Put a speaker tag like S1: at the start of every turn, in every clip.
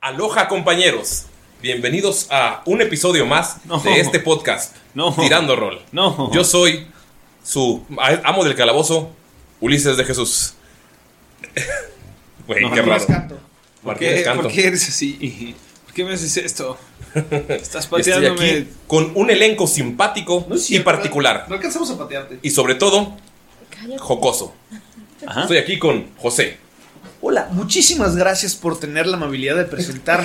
S1: Aloha compañeros, bienvenidos a un episodio más
S2: No.
S1: de este podcast
S2: No.
S1: Tirando Rol.
S2: No.
S1: Yo soy su a- amo del calabozo, Ulises de Jesús. Güey,
S2: No,
S1: qué
S2: Martínez
S1: raro.
S2: Canto. ¿Por
S1: Martínez
S2: qué,
S1: Canto.
S2: ¿Por qué eres así? ¿Por qué me haces esto? Estás
S1: Y Estoy
S2: pateándome.
S1: aquí con un elenco simpático y particular
S2: No alcanzamos a patearte.
S1: y sobre todo jocoso. Estoy aquí con José.
S2: Hola, muchísimas gracias por tener la amabilidad de presentarme,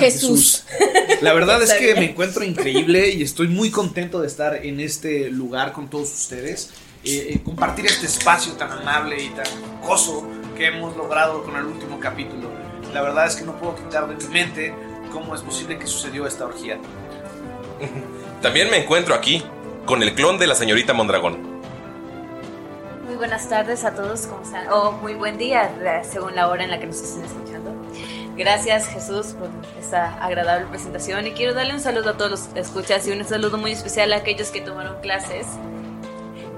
S3: Jesús.
S2: Jesús. La verdad es
S3: Está
S2: que
S3: bien.
S2: me encuentro increíble y estoy muy contento de estar en este lugar con todos ustedes. Eh, eh, compartir este espacio tan amable y tan jocoso que hemos logrado con el último capítulo. La verdad es que no puedo quitar de mi mente cómo es posible que sucedió esta orgía.
S1: También me encuentro aquí con el clon de la señorita Mondragón.
S3: Muy buenas tardes a todos, ¿cómo están? O muy buen día, eh, según la hora en la que nos estén escuchando. Gracias Jesús por esta agradable presentación y quiero darle un saludo a todos los escuchas y un saludo muy especial a aquellos que tomaron clases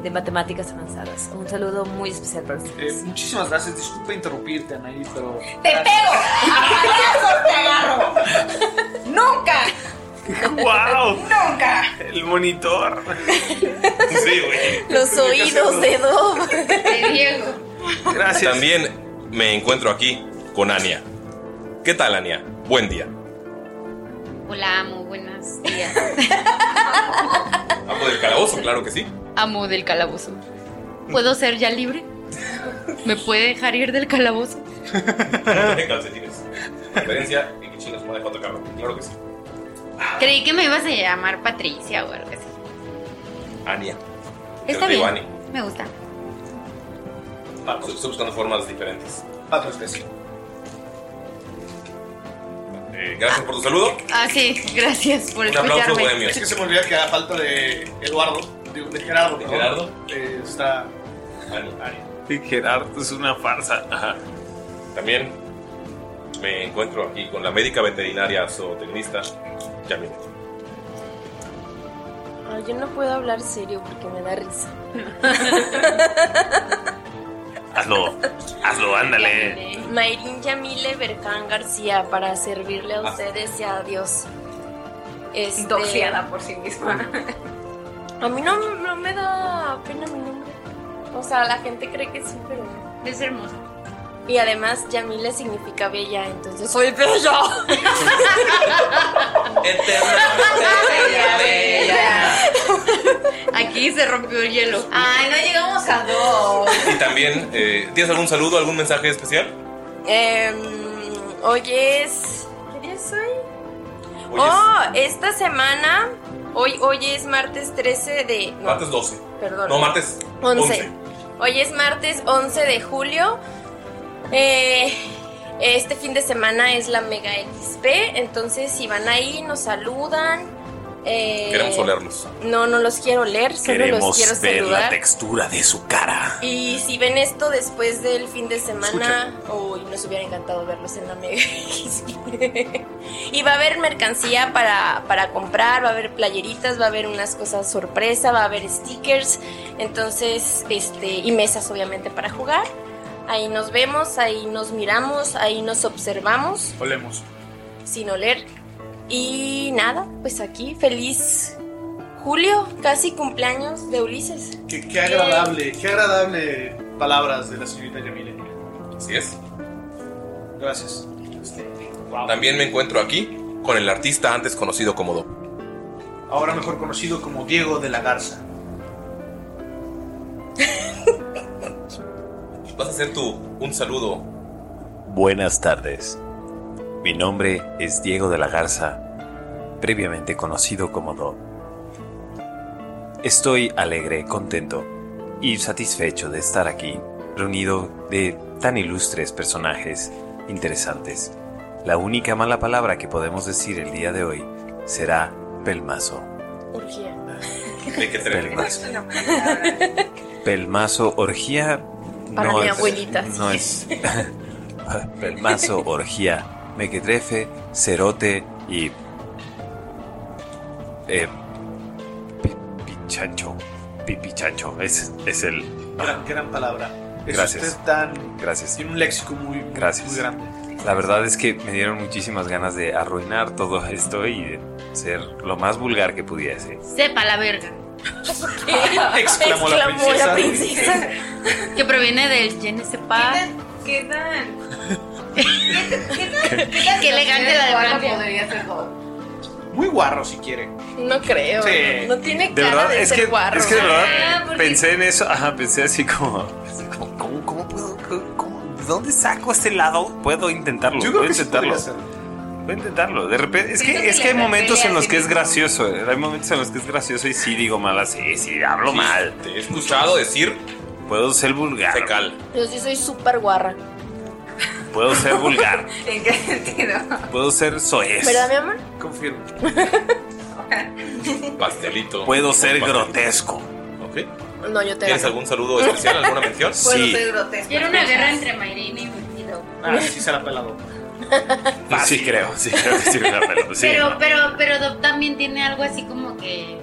S3: de matemáticas avanzadas. Un saludo muy especial para ustedes.
S2: Eh, muchísimas gracias. Disculpa interrumpirte, Anaí, pero.
S3: ¡Te pego! ¡A payasos te agarro! ¡Nunca!
S2: ¡Wow!
S3: ¡Nunca!
S2: El monitor.
S1: Sí, güey.
S3: Los oídos de Dom. De Diego.
S2: Gracias.
S1: También me encuentro aquí con Ania. ¿Qué tal, Ania? Buen día.
S4: Hola, amo, buenos días.
S1: Amo del calabozo, claro que sí.
S4: Amo del calabozo. ¿Puedo ser ya libre? ¿Me puede dejar ir del calabozo?
S1: Traje calcetines. Referencia y que chingas madre cuánto cabrón. Claro que sí.
S4: Creí que me ibas a llamar Patricia o algo así.
S1: Ania. Yo
S4: Está
S1: le digo
S4: bien.
S1: Ani.
S4: Me gusta.
S1: Estoy estoy buscando formas diferentes.
S2: Pato este especie.
S1: Eh, gracias por tu saludo.
S4: Ah, sí, gracias por
S1: Un aplauso,
S4: escucharme.
S1: bohemios.
S2: Es que se me olvida que a falta de Eduardo, digo, de Gerardo,
S1: ¿De
S2: perdón,
S1: Gerardo?
S2: eh, está
S1: Ani.
S2: Ari.
S5: Gerardo es una farsa.
S1: También me encuentro aquí con la médica veterinaria zootecnista, Yamile.
S6: Ay, yo no puedo hablar serio porque me da risa.
S5: Hazlo, hazlo, ándale.
S6: Mayrin Yamile Berján García para servirle a
S1: Ah.
S6: ustedes y a Dios. Este,
S3: Dojeada por sí misma.
S6: A mí no, no me da pena mi nombre. O sea, la gente cree que sí, pero.
S4: Es hermosa.
S6: Y además, Yamile significa bella, entonces soy bella.
S4: Aquí se rompió el hielo.
S3: Ay, no llegamos a dos.
S1: Y también, eh, ¿tienes algún saludo, algún mensaje especial?
S6: Em, hoy es. ¿Qué día es hoy?
S1: Hoy
S6: oh, esta semana. Hoy, hoy es martes 13 de.
S1: es
S6: no,
S1: martes 12.
S6: Perdón.
S1: No, martes
S6: 11.
S1: 11.
S6: Hoy es martes 11 de julio. Eh, este fin de semana es la Mega XP. Entonces, si van ahí, nos saludan. eh,
S1: Queremos olerlos.
S6: No, no los quiero leer, solo los
S7: Queremos
S6: quiero
S7: ver la
S6: saludar.
S7: textura de su cara.
S6: Y si ven esto después del fin de semana, uy, nos hubiera encantado verlos en la Mega XP. y va a haber mercancía para, para comprar, va a haber playeritas, va a haber unas cosas sorpresa, va a haber stickers, entonces, este, y mesas obviamente para jugar. Ahí nos vemos, ahí nos miramos, ahí nos observamos,
S2: Olemos.
S6: sin oler. Y nada, pues aquí, feliz julio, casi cumpleaños de Ulises.
S2: Qué, qué agradable, qué agradable palabras de la señorita Yamile.
S1: Así es.
S2: Gracias. Este,
S1: También me encuentro aquí con el artista antes conocido como Do.
S2: Ahora mejor conocido como Diego de la Garza.
S1: Vas a hacer tu un saludo.
S7: Buenas tardes. Mi nombre es Diego de la Garza, previamente conocido como Do. Estoy alegre, contento y satisfecho de estar aquí, reunido de tan ilustres personajes interesantes. La única mala palabra que podemos decir el día de hoy será pelmazo.
S6: Urgía.
S1: ¿De qué te refieres?
S7: Pelmazo orgía
S6: Para
S7: no
S6: mi
S7: es-
S6: abuelita, sí.
S7: No es. Pelmazo orgía, mequetrefe, cerote y. Eh, pi- pichancho. pi- Pichancho. Es, es el.
S2: Gran, gran palabra. Es
S7: Ah. Gracias.
S2: usted tan.
S7: Gracias.
S2: Tiene un léxico muy, muy-
S7: Gracias.
S2: muy grande.
S7: La verdad es que me dieron muchísimas ganas de arruinar todo esto y de ser lo más vulgar que pudiese.
S4: Sepa la verga.
S2: Exclamó la princesa.
S4: Que proviene del je ne sais pas.
S3: Quedan.
S4: Qué elegante la de Blanca.
S3: Podría ser dos.
S2: Muy guarro si quiere.
S6: No creo.
S2: Sí.
S6: No tiene
S7: De
S6: cara
S7: verdad,
S6: de
S7: es
S6: ser
S7: que,
S6: guarro.
S7: es que de
S3: Ah,
S7: verdad
S3: porque-
S7: pensé en eso, ajá, pensé así como, así como, ¿cómo, cómo puedo, cómo- cómo- de dónde saco este lado? Puedo intentarlo,
S2: Yo creo
S7: puedo
S2: que sí
S7: intentarlo,
S2: podría ser.
S7: puedo intentarlo. De repente, es
S3: Siento
S7: que, es
S3: que
S7: que hay
S3: la
S7: momentos en
S3: pelea
S7: los que
S3: tiene
S7: es gracioso, eh, hay momentos en los que es gracioso y sí digo mal así, sí hablo mal,
S1: Te he escuchado decir
S7: puedo ser vulgar,
S1: fecal.
S6: Yo sí soy súper guarra.
S7: puedo ser vulgar,
S3: ¿En qué sentido?
S7: puedo ser soez,
S6: ¿Verdad, mi amor?
S2: Confirmo.
S1: Pastelito.
S7: puedo ser
S1: Pastelito.
S7: grotesco.
S1: Ok.
S6: No, yo te
S1: ¿Tienes
S6: gano.
S1: algún saludo especial, alguna mención?
S7: Sí,
S3: grotesco.
S4: Y era una guerra entre Mayrina y Guido.
S2: Ah, sí se la ha pelado.
S7: sí creo, sí creo que sí me la
S2: pues
S7: pelo, sí,
S4: pero,
S7: ¿no?
S4: pero, pero Dob también tiene algo así como que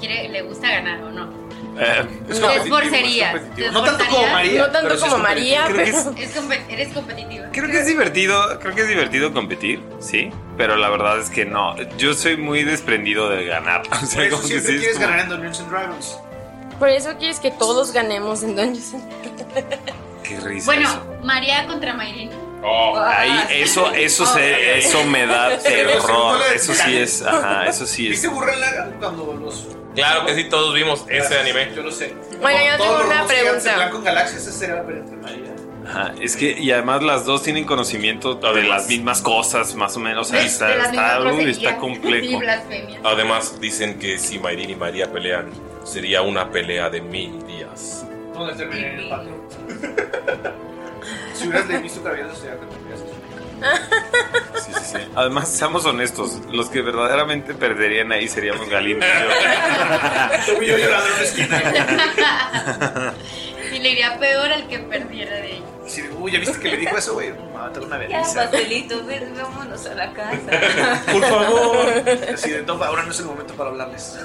S4: quiere, le gusta ganar, ¿o no?
S7: Eh,
S4: Es
S2: competitivo,
S4: forcería.
S2: es competitivo.
S4: Es
S2: No tanto como
S4: forcería.
S2: María.
S6: No tanto
S2: pero sí es
S6: como
S2: competitivo.
S6: María,
S7: creo que es-
S4: Es compe- eres competitiva.
S7: Creo que es divertido, creo que es divertido competir, sí, pero la verdad es que no, yo soy muy desprendido de ganar. O
S2: Por
S7: sea,
S2: eso
S7: como que
S2: siempre
S7: sí es
S2: quieres
S7: como-
S2: ganar en Dungeons and Dragons.
S6: Por eso quieres que todos ganemos en Dungeons.
S7: Qué risa.
S4: Bueno,
S7: eso.
S4: María contra Mayrina.
S1: Oh,
S7: ahí eso
S4: Oh,
S7: eso se, eso me da terror. Eso sí es, ajá, eso sí
S2: ¿Viste
S7: es.
S2: Burren Lagan cuando los.
S1: claro que sí, todos vimos ese anime.
S2: Yo lo sé.
S6: Bueno, yo tengo una pregunta.
S2: Blanco en Galaxia, esa sería la pelea entre María.
S7: Ajá, es que y además las dos tienen conocimiento de las mismas cosas, más o menos. Ahí está,
S4: De las mismas
S7: está, uy,
S4: groserías
S7: está
S4: Y
S7: complejo.
S4: blasfemia.
S1: Además, dicen que si Mayrin y María pelean, sería una pelea de mil días.
S2: ¿Dónde terminaría en el patio? si hubieras leído visto cabellos, ya te tendrías.
S7: Sí, sí, sí. Además, seamos honestos, los que verdaderamente perderían ahí seríamos Galindo. y yo.
S2: Uy, yo llorando en una esquina.
S4: Y le iría peor al que perdiera de ella.
S2: Así de, uy, ya viste que le dijo eso, güey. Me va a dar una
S3: Ya,
S2: vergüenza.
S6: pues,
S3: pastelito, ven, vámonos a la casa.
S2: Por favor. Así de, no, ahora no es el momento para hablarles.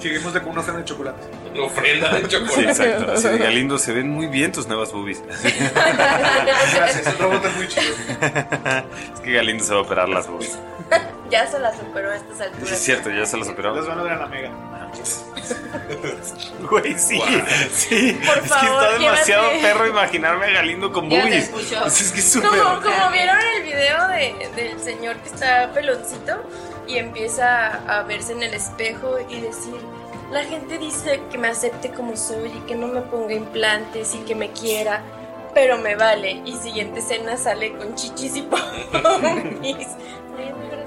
S2: Seguimos de con una cena de chocolate.
S1: Ofrenda de
S7: Sí,
S1: chocolate.
S7: exacto. Así de Galindo, se ven muy bien tus nuevas boobies.
S2: Gracias, el robot es muy chido.
S7: es que Galindo se va a operar las boobies.
S6: ya se la superó a estas
S7: Sí,
S6: alturas.
S7: es cierto, ya se lo superó.
S2: Las van a ver a la mega.
S7: Güey, sí, sí. es que
S6: favor,
S7: está
S6: llévate.
S7: demasiado perro imaginarme a Galindo con
S6: Ya te
S7: boobies.
S6: escucho.
S7: Es que es súper.
S6: Como, como vieron el video de- del señor que está peloncito y empieza a verse en el espejo y decir, la gente dice que me acepte como soy y que no me ponga implantes y que me quiera, pero me vale. Y siguiente escena sale con chichis y pompis.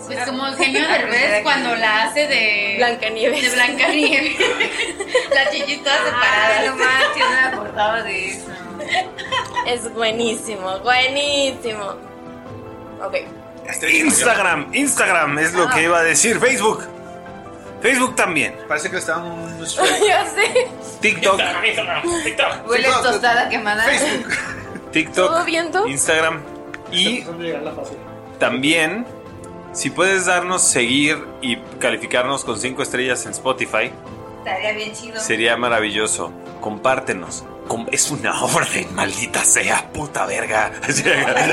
S4: Pues como Eugenio Derbez cuando la hace de
S6: Blancanieves.
S4: De Blancanieves. Ah, la chichita separada.
S3: Ay, no manches, no me acordaba de eso.
S6: Es buenísimo, buenísimo. Ok.
S7: Instagram, Instagram es
S6: Ah.
S7: lo que iba a decir. Facebook. Facebook también.
S2: Parece que estaban un.
S6: Ya sé.
S7: TikTok.
S3: Huele
S2: Sí, no,
S3: tostada quemada.
S7: TikTok.
S6: viendo?
S7: Instagram. Y también, si puedes darnos seguir y calificarnos con 5 estrellas en Spotify,
S3: Estaría bien chido.
S7: sería maravilloso. Compártenos. Com- Es una orden, maldita sea, puta verga.
S3: Ay,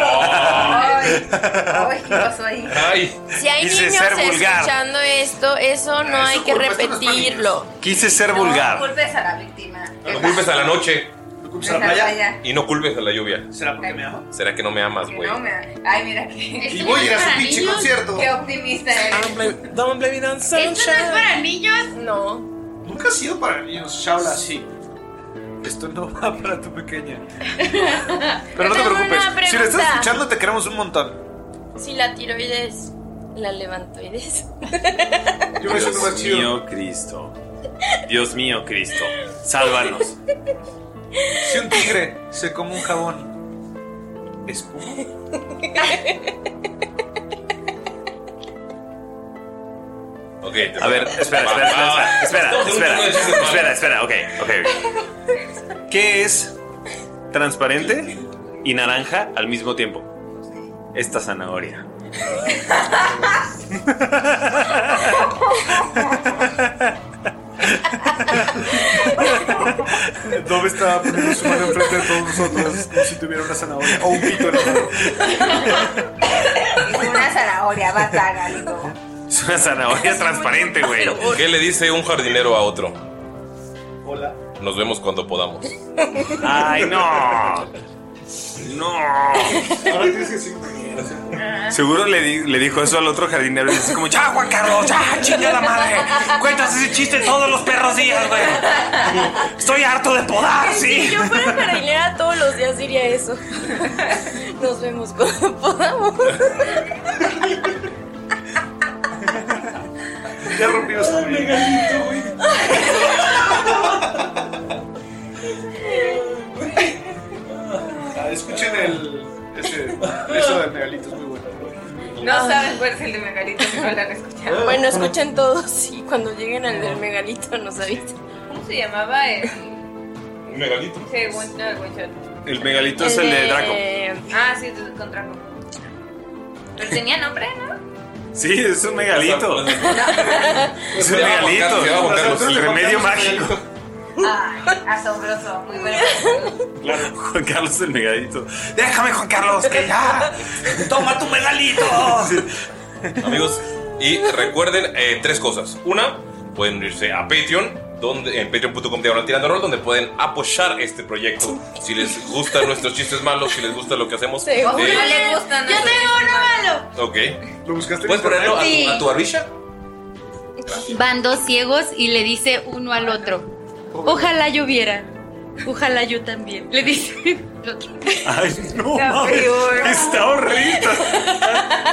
S2: Ah.
S3: ay, ¿qué pasó ahí?
S7: Ay,
S6: Si hay
S7: quise
S6: niños
S7: ser vulgar.
S6: escuchando esto, eso no
S2: Ah,
S6: hay que repetirlo.
S7: Quise ser
S3: No,
S7: vulgar.
S3: culpes a la víctima.
S1: No pues, culpes a la noche
S3: Culpes a la playa.
S1: y no culpes a la lluvia.
S2: ¿Será porque me amo?
S1: ¿Será que no me amas,
S3: Que
S1: güey?
S3: no me- Ay, mira que.
S2: Y voy a ir a
S4: Para
S2: su pinche
S4: niños,
S2: concierto.
S3: Qué
S6: Ah,
S3: optimista eres.
S7: Don't blame it on
S4: Esto no es para niños.
S6: No.
S2: Nunca ha sido para niños. Shaula, sí. Esto no va para tu pequeña. Pero no te
S6: Tengo una
S2: preocupes. Si lo estás
S6: pregunta.
S2: escuchando, te queremos un montón.
S6: Si la tiroides, la levantoides.
S2: Yo me siento
S7: Dios
S2: más chido.
S7: mío, Cristo. Dios mío, Cristo. Sálvanos.
S2: Si un tigre se come un jabón, ¿espuma?
S1: Ok,
S7: A ver, espera, espera, espera, espera, espera, espera, espera, espera, ok, ok. ¿Qué es transparente y naranja al mismo tiempo? Esta zanahoria.
S2: Dove estaba poniendo su mano enfrente de todos nosotros como si tuviera una zanahoria o un pito en la mano.
S3: Es una zanahoria, basta, Galindo.
S7: Es una zanahoria transparente, güey.
S1: ¿Qué le dice un jardinero a otro?
S2: Hola.
S1: Nos vemos cuando podamos.
S7: Ay, no. No.
S2: Ahora tienes que seguir.
S7: Seguro le, di- le dijo eso al otro jardinero y dice como, ya, Juan Carlos, ya, chingada madre. Cuentas ese chiste todos los perros días, güey. Estoy harto de podar,
S6: Si
S7: sí.
S6: yo fuera jardinera todos los días diría eso. Nos vemos cuando podamos.
S2: Ya rompimos tu regalito, güey. Ah, Escuchen el. Ese, eso del megalito es muy bueno.
S3: No sabes cuál es el de Megalito si no lo han escuchado.
S6: Bueno, escuchen todos y cuando lleguen al del megalito nos avisan.
S3: ¿Cómo se llamaba el.
S1: ¿Un megalito?
S3: ese one- no, el one shot?
S7: El megalito es el de Draco.
S6: Eh,
S3: Ah, sí, el con Draco. Pero tenía nombre, ¿no?
S7: Sí, es un megalito. Es un
S1: Se llama Juan
S7: megalito.
S1: Carlos, se llama Juan Carlos.
S7: El remedio mágico.
S3: Ay, asombroso, muy bueno.
S7: Claro, Juan Carlos el megalito. Déjame, Juan Carlos, que ya. Toma tu megalito.
S1: Amigos, y recuerden eh, tres cosas. Una, pueden irse a Patreon, donde, en patreon.com diagonal tirando rol, donde pueden apoyar este proyecto. Si les gustan nuestros chistes malos, si les gusta lo que hacemos.
S6: Sí.
S3: No
S1: eh,
S3: le gustan.
S4: Yo tengo uno malo.
S1: ok.
S2: ¿Lo buscaste
S1: ¿Puedes ponerlo a
S4: Sí.
S1: tu, a tu barbilla?
S4: Van dos ciegos y le dice uno al otro. Ojalá lloviera. Ojalá yo también. Le dice el otro.
S7: Ay, no,
S3: La
S7: mames.
S3: peor.
S7: Está horrible.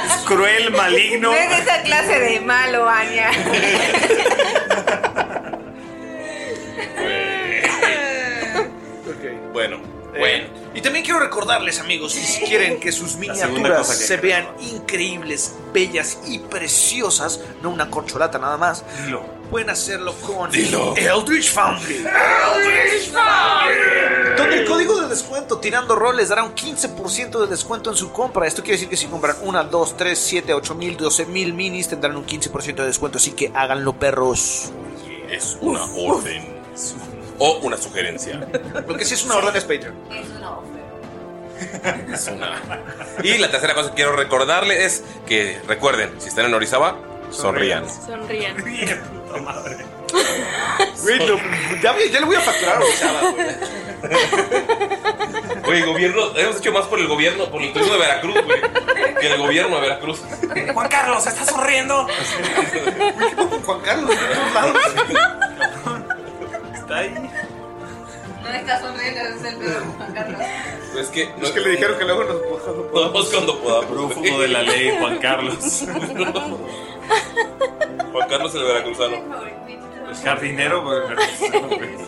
S7: Es cruel, maligno.
S3: No es de esa clase de malo, Anya.
S2: Ok.
S1: Bueno,
S2: Eh,
S1: bueno.
S2: Y también quiero recordarles, amigos, si quieren que sus
S7: segunda
S2: miniaturas
S7: cosa que
S2: se
S7: hay que
S2: vean increíbles, bellas y preciosas, no una corcholata nada más,
S7: Dilo.
S2: pueden hacerlo con
S1: Dilo.
S2: Eldritch Foundry. Donde el código de descuento tirando rol les dará un 15% de descuento en su compra. Esto quiere decir que si compran una, dos, tres, siete, ocho mil, doce mil minis, tendrán un 15% de descuento. Así que háganlo, perros.
S1: Es una orden. O una sugerencia.
S2: Lo que sí es una orden es Patreon.
S3: Es una ofensa.
S1: Es una- Y la tercera cosa que quiero recordarles es que recuerden, si están en Orizaba, sonrían.
S6: Sonrían.
S2: Güey, lo- ya, ya le voy a facturar a Orizaba, güey.
S1: Güey, gobierno, hemos hecho más por el gobierno, por el turismo de Veracruz, güey, que el gobierno de Veracruz.
S7: Juan Carlos, ¿estás sonriendo?
S2: Juan Carlos, de todos lados.
S7: Está ahí.
S3: No está sonriendo, es el pedo, Juan Carlos.
S1: Es que,
S2: Es que le dijeron que luego nos bajamos.
S1: Podamos cuando podamos.
S7: Prófugo de la ley, Juan Carlos.
S1: Juan Carlos el veracruzano.
S7: Jardinero, güey.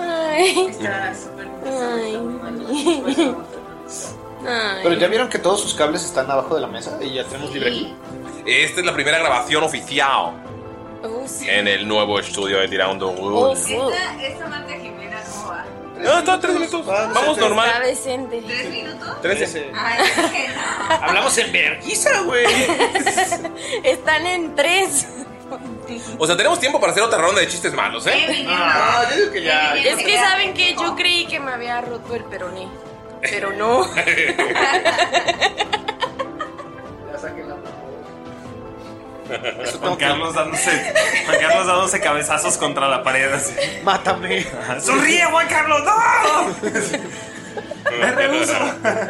S6: Ay.
S3: Está súper
S6: Ay. Ay.
S2: Pero ya vieron que todos sus cables están abajo de la mesa y ya tenemos libre aquí.
S1: Esta es la primera grabación oficial
S6: Oh, sí.
S1: en el nuevo estudio de Tirando
S6: Oh,
S1: Wood.
S6: sí.
S3: Esta, esta Marta Jimena, ¿cómo va?
S1: No, Ah, está tres minutos. Vamos
S6: Está
S1: normal.
S6: decente.
S3: ¿Tres minutos?
S1: Trece.
S3: Ay, es que no.
S7: Hablamos en vergüenza, güey.
S6: Están en tres.
S1: O sea, tenemos tiempo para hacer otra ronda de chistes malos,
S3: Eh,
S1: ¿eh?
S3: vinieron.
S2: Ah, yo digo que ya.
S6: Es que saben que yo creí que me había roto el peroné. Pero no.
S2: Ya saquen la
S7: Juan Carlos dándose, Juan Carlos dándose cabezazos contra la pared. así.
S2: Mátame.
S7: ¡Sonríe, Juan Carlos! ¡No! ¡Me rehuso!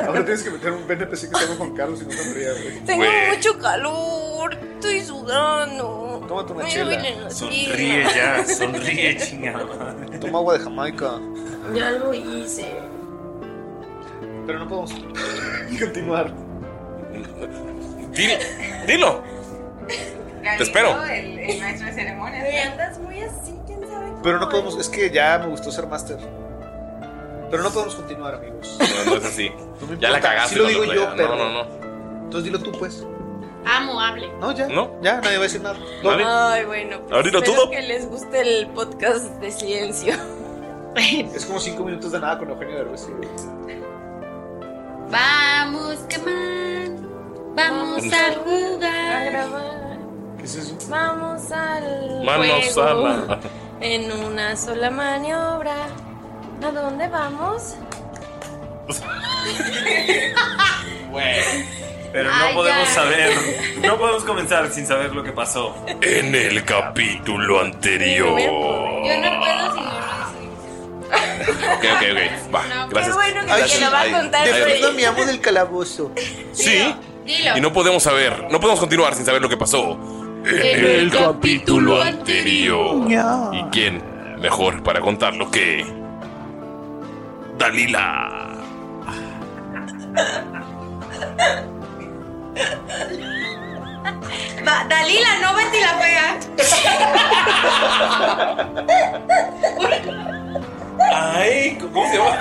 S2: Ahora tienes que meter un BNPC que tengo con Carlos y no sonría, güey.
S6: Tengo
S1: Güey.
S6: mucho calor. Estoy sudando.
S2: Tómate una
S6: Me
S2: chela.
S6: duelen las
S7: Sonríe
S6: piernas.
S7: ya, sonríe, chingada madre.
S2: Toma agua de Jamaica.
S6: Ya lo hice.
S2: Pero no podemos continuar.
S1: Dil- Dilo.
S3: Te
S1: espero.
S3: El, el maestro de ceremonias.
S6: Güey, andas muy así, quién sabe cómo
S2: Pero no podemos, es que ya me gustó ser máster. Pero no podemos continuar, amigos.
S1: No, no es así.
S2: No me
S1: Ya la
S2: importa,
S1: cagaste.
S2: sí lo
S1: con
S2: digo
S1: tu
S2: yo,
S1: playa.
S2: pero-
S1: No, no, no.
S2: Entonces dilo tú, pues.
S4: Amo, hable.
S2: No, ya.
S1: No.
S2: Ya, nadie va a decir nada. No.
S1: Vale.
S6: Ay, bueno, pues
S1: Ahorita
S6: espero
S1: todo.
S6: que les guste el podcast de silencio.
S2: Es como cinco minutos de nada con Eugenio Derbez. güey.
S4: Vamos, Camán. Vamos a
S6: A
S4: jugar.
S6: grabar.
S2: ¿Qué es eso?
S6: Vamos al
S1: Manos a
S6: juego.
S1: la-
S6: En una sola maniobra. ¿A dónde vamos?
S7: Pero no
S4: Ay, ya.
S7: podemos saber, no podemos comenzar sin saber lo que pasó.
S1: En el capítulo anterior.
S6: Yo
S4: Yo
S1: Ok,
S4: no puedo si no lo
S1: Oh, ok, ok. Va,
S4: No, qué
S1: gracias.
S6: bueno que
S1: Gracias.
S6: me lo va a
S1: Ay,
S6: contar,
S1: ay,
S6: güey.
S2: Defendiendo a mi amo del calabozo.
S1: Sí.
S4: Dilo.
S1: Y no podemos saber, no podemos continuar sin saber lo que pasó en el capítulo anterior. ¿Y quién mejor para contarlo que Dalila?
S4: Da- Dalila, no vete y la pega.
S1: Ay, ¿cómo se llama?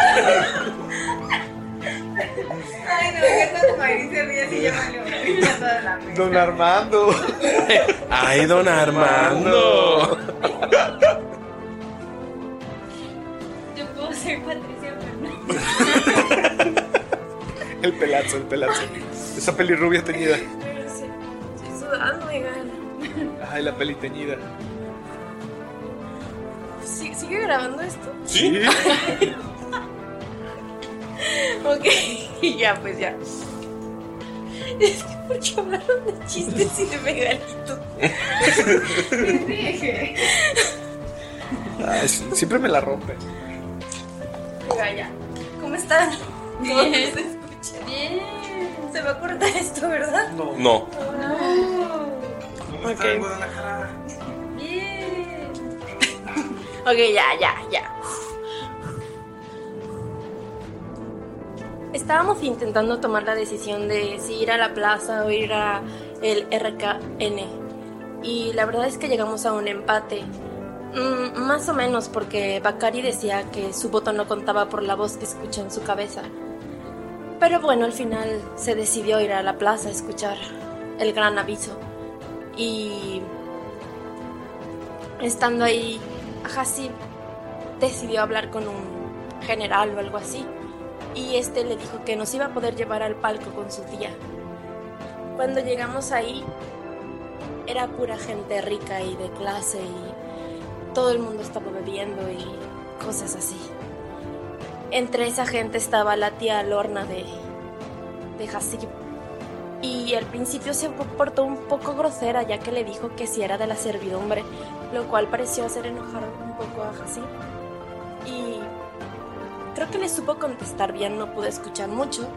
S3: Ay, no, que cuando Mayri se ríe así, yo me lo río toda la mesa.
S2: Don Armando.
S1: Ay, don Armando.
S4: Yo puedo ser Patricia Fernández.
S2: El pelazo, el pelazo. Esa peli rubia teñida.
S6: Estoy sudando, oigan.
S2: Ay, la peli teñida.
S6: ¿Sí- ¿Sigue grabando esto?
S1: ¿Sí?
S6: Ok, y ya, pues ya. Es que porque hablaron de chistes y de megalitos.
S2: Ay, sí, siempre me la rompe.
S6: Oiga, ya. ¿Cómo están? Bien. se escucha? Bien. Se va a cortar esto, ¿verdad?
S1: No.
S6: Bien. Ok, ya, ya, ya. Estábamos intentando tomar la decisión de si ir a la plaza o ir a el RKN. Y la verdad es que llegamos a un empate. Mm, más o menos porque Bakari decía que su voto no contaba por la voz que escucha en su cabeza. Pero bueno, al final se decidió ir a la plaza a escuchar el gran aviso. Y estando ahí, Hasib decidió hablar con un general o algo así. Y este le dijo que nos iba a poder llevar al palco con su tía. Cuando llegamos ahí, era pura gente rica y de clase y todo el mundo estaba bebiendo y cosas así. entre esa gente estaba la tía Lorna de, de Hasib. Y al principio se portó un poco grosera, ya que le dijo que si era de la servidumbre, lo cual pareció hacer enojar un poco a Hasib. Y creo que le supo contestar bien, no pude escuchar mucho,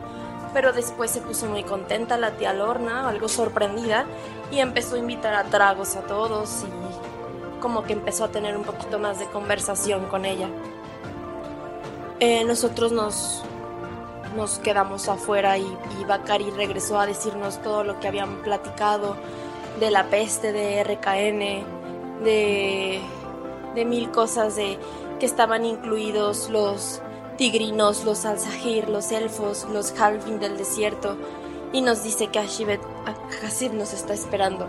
S6: pero después se puso muy contenta la tía Lorna, algo sorprendida, y empezó a invitar a tragos a todos y como que empezó a tener un poquito más de conversación con ella. Eh, nosotros nos, nos quedamos afuera y, y Bakari regresó a decirnos todo lo que habían platicado de la peste, de RKN, de, de mil cosas, de que estaban incluidos los tigrinos, los alzahir, los elfos, los halfin del desierto, y nos dice que Ashibet Hasib nos está esperando.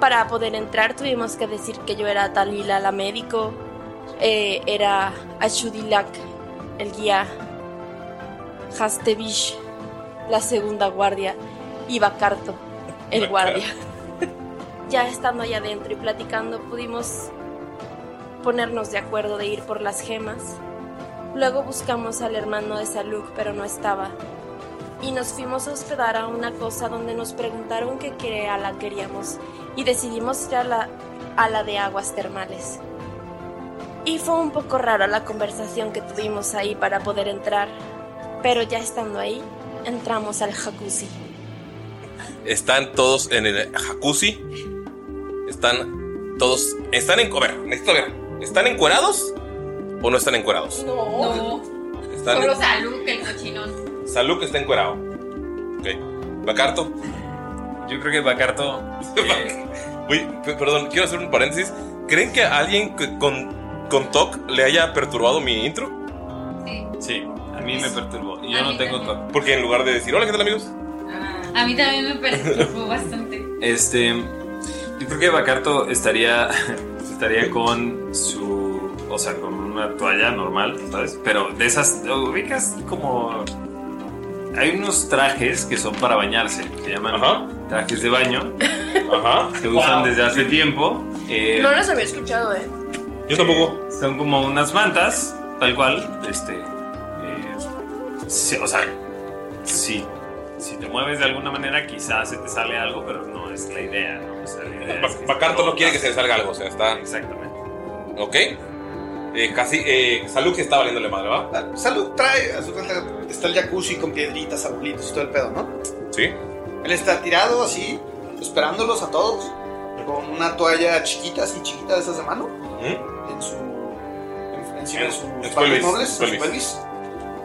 S6: Para poder entrar tuvimos que decir que yo era Talila la médico, eh, era Ashudilak el guía, Hastevish la segunda guardia y Bakarto el guardia. ya estando allá adentro y platicando pudimos ponernos de acuerdo de ir por las gemas. Luego buscamos al hermano de Saluk, pero no estaba. Y nos fuimos a hospedar a una cosa donde nos preguntaron qué ala queríamos y decidimos ir a la, a la de aguas termales. Y fue un poco rara la conversación que tuvimos ahí para poder entrar, pero ya estando ahí, entramos al jacuzzi.
S1: Están todos en el jacuzzi. Están todos. Están en. A ver, necesito ver. ¿Están encuerados o no están encuerados?
S4: No.
S1: Están
S4: Solo salud, que el cochinón.
S1: Salud que está encuerado. Ok. Bacarto. Yo creo que Bacarto. eh, perdón, quiero hacer un paréntesis. ¿Creen que alguien que- con, con TOC le haya perturbado mi intro? Sí, a mí me perturbó. Y yo no tengo TOC. Porque en lugar de decir, hola, ¿qué tal, amigos?
S4: A mí también me perturbó bastante.
S7: Este. Yo creo que Bacarto estaría. Estaría con su. O sea, con una toalla normal, ¿sabes? Pero de esas. Ubicas como. Hay unos trajes que son para bañarse. Se llaman trajes de baño. Se usan
S6: Wow.
S7: desde hace tiempo. eh,
S6: No los había escuchado, ¿eh?
S1: Yo tampoco.
S7: Son como unas mantas, tal cual. Este. eh, sí, o sea, sí. Si te mueves de alguna manera, quizás se te sale algo, pero no es la idea, ¿no? O sea, la idea es que
S1: Bacarto no quiere que se le salga algo, o sea, está.
S7: Exactamente.
S1: Ok. Eh, casi. Eh, salud que está valiéndole madre,
S2: Ah.
S1: ¿va?
S2: Salud trae, a su cuenta, está el jacuzzi con piedritas, arbolitos y todo el pedo, ¿no?
S1: Sí.
S2: Él está tirado así, esperándolos a todos, con una toalla chiquita, así chiquita de esas de mano, en su. en- encima de
S1: En-
S2: sus
S1: en su
S2: palos
S1: pelvis,
S2: nobles, en
S1: su
S2: su
S1: pelvis.
S2: pelvis.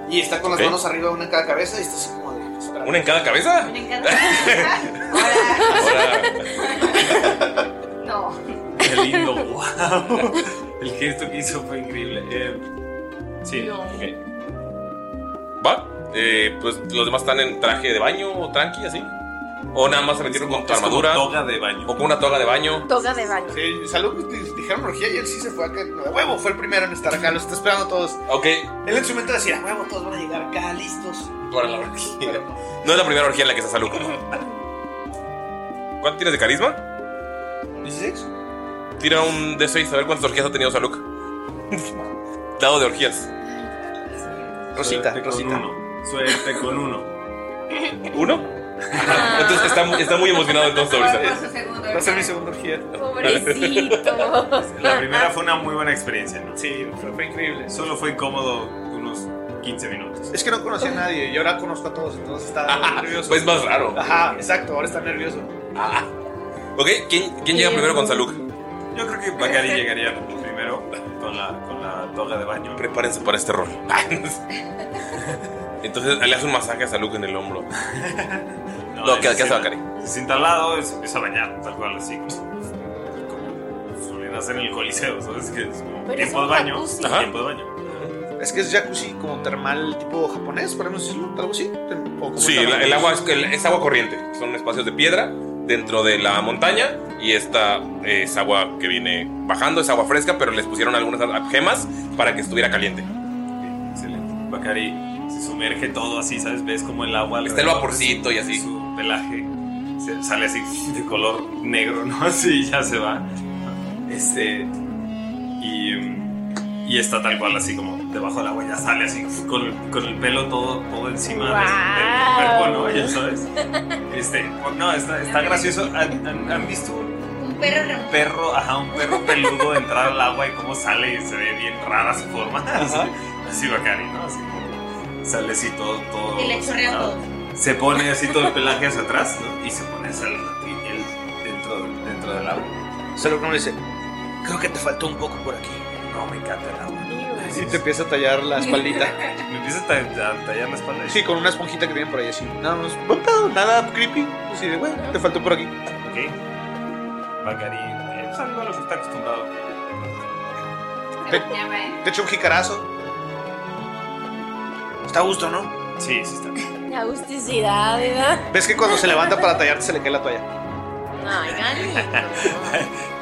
S2: Y está con las
S1: Ok.
S2: manos arriba, una en cada cabeza, y está así como de. esperando.
S1: ¿Una en cada cabeza?
S3: Me encanta. No.
S7: Qué lindo, wow. El gesto que hizo fue increíble. Eh, sí,
S1: No.
S7: ok.
S1: ¿Va? Eh, pues los demás están en traje de baño o tranqui, así. O nada más se metieron con tu armadura. toga
S7: de baño.
S1: O con una toga de baño.
S6: Toga de baño.
S2: Sí, salud, di- dijeron orgía y él sí se fue acá. A huevo, fue el primero en estar acá, los está esperando todos.
S1: Ok.
S2: Él en su mente decía, a huevo, todos van a llegar acá, listos.
S1: Para la orgía. No es la primera orgía en la que está salud. ¿Cuánto tienes de carisma?
S2: ¿16?
S1: Tira un D6 a ver cuántas orgías ha tenido Saluk. Dado de orgías.
S7: Rosita, Rosita. Suerte con uno.
S1: ¿Uno? Entonces
S7: Ah.
S1: está, mu- está muy emocionado entonces ahorita.
S2: Va a ser mi segunda orgía.
S7: La primera fue una muy buena experiencia, ¿no? Sí, fue, increíble. Solo fue incómodo unos 15 minutos.
S2: Es que no conocía a nadie y ahora conozco a todos, entonces está nervioso.
S1: Pues más raro. Ah,
S2: Ajá, exacto, ahora está nervioso.
S1: Ok, ¿quién, quién llega primero con Saluk?
S7: Yo creo que Bacari llegaría primero con la, con la toga de baño.
S1: Prepárense para este rol. Entonces le hace un masaje a Saluk en el hombro.
S7: No,
S1: No, ¿qué-
S7: él
S1: qué hace
S7: se-
S1: Bacari?
S7: Se sienta al lado y se empieza a bañar, tal cual, así como, como solían hacer en el coliseo, ¿sabes? Que es como
S2: Pero es
S7: tiempo
S2: un
S7: de baño,
S2: jacuzzi.
S7: Ajá.
S2: Ajá.
S7: tiempo de baño.
S2: Es que es jacuzzi como termal tipo japonés, podemos decirlo, algo así. O como
S1: Sí,
S2: termal.
S1: el, el agua es, el- es agua corriente. Son espacios de piedra dentro de la montaña y esta eh, es agua que viene bajando, es agua fresca, pero les pusieron algunas a- gemas para que estuviera caliente.
S7: Excelente. Bacari se sumerge todo así, ¿sabes? Ves como el agua.
S1: Está el
S7: alrededor
S1: vaporcito
S7: de su-
S1: y así.
S7: de Su pelaje se- sale así de color negro, ¿no? Así ya se va. Este. Y, mm, y está tal cual, así como debajo del agua, ya sale así, con el, con el pelo todo, todo encima de- del,
S4: Guau.
S7: cuerpo, ¿no? Ya sabes. Este, pues, no, está, está gracioso. ¿Han, han- han visto un
S4: Un perro re-
S7: perro, ajá, un perro peludo entrar al agua y cómo sale y se ve bien rara su forma? Así, así bacán, ¿no? Así como sale así todo, todo.
S4: y le chorrea
S7: ¿no?
S4: todo.
S7: se pone así todo el pelaje hacia atrás ¿no? y se pone a salir y él dentro, dentro del agua.
S2: Solo que uno dice, creo que te faltó un poco por aquí.
S7: No, me encanta el agua.
S2: Y te empieza a tallar la espaldita.
S7: Me empieza a, ta- a tallar la espalda.
S2: Sí, con una esponjita que tienen por ahí así. Nada más, buen pedo, nada creepy. Así de, güey, te faltó por aquí.
S7: Ok. Bacari, eh, pues, algo a lo que está acostumbrado.
S2: Te, te echa un jicarazo. Está a gusto, ¿no?
S7: Sí, sí está.
S6: Agusticidad, ¿verdad?
S2: ¿Ves que cuando se levanta para tallarte se le cae la toalla?
S6: Ay, Gani.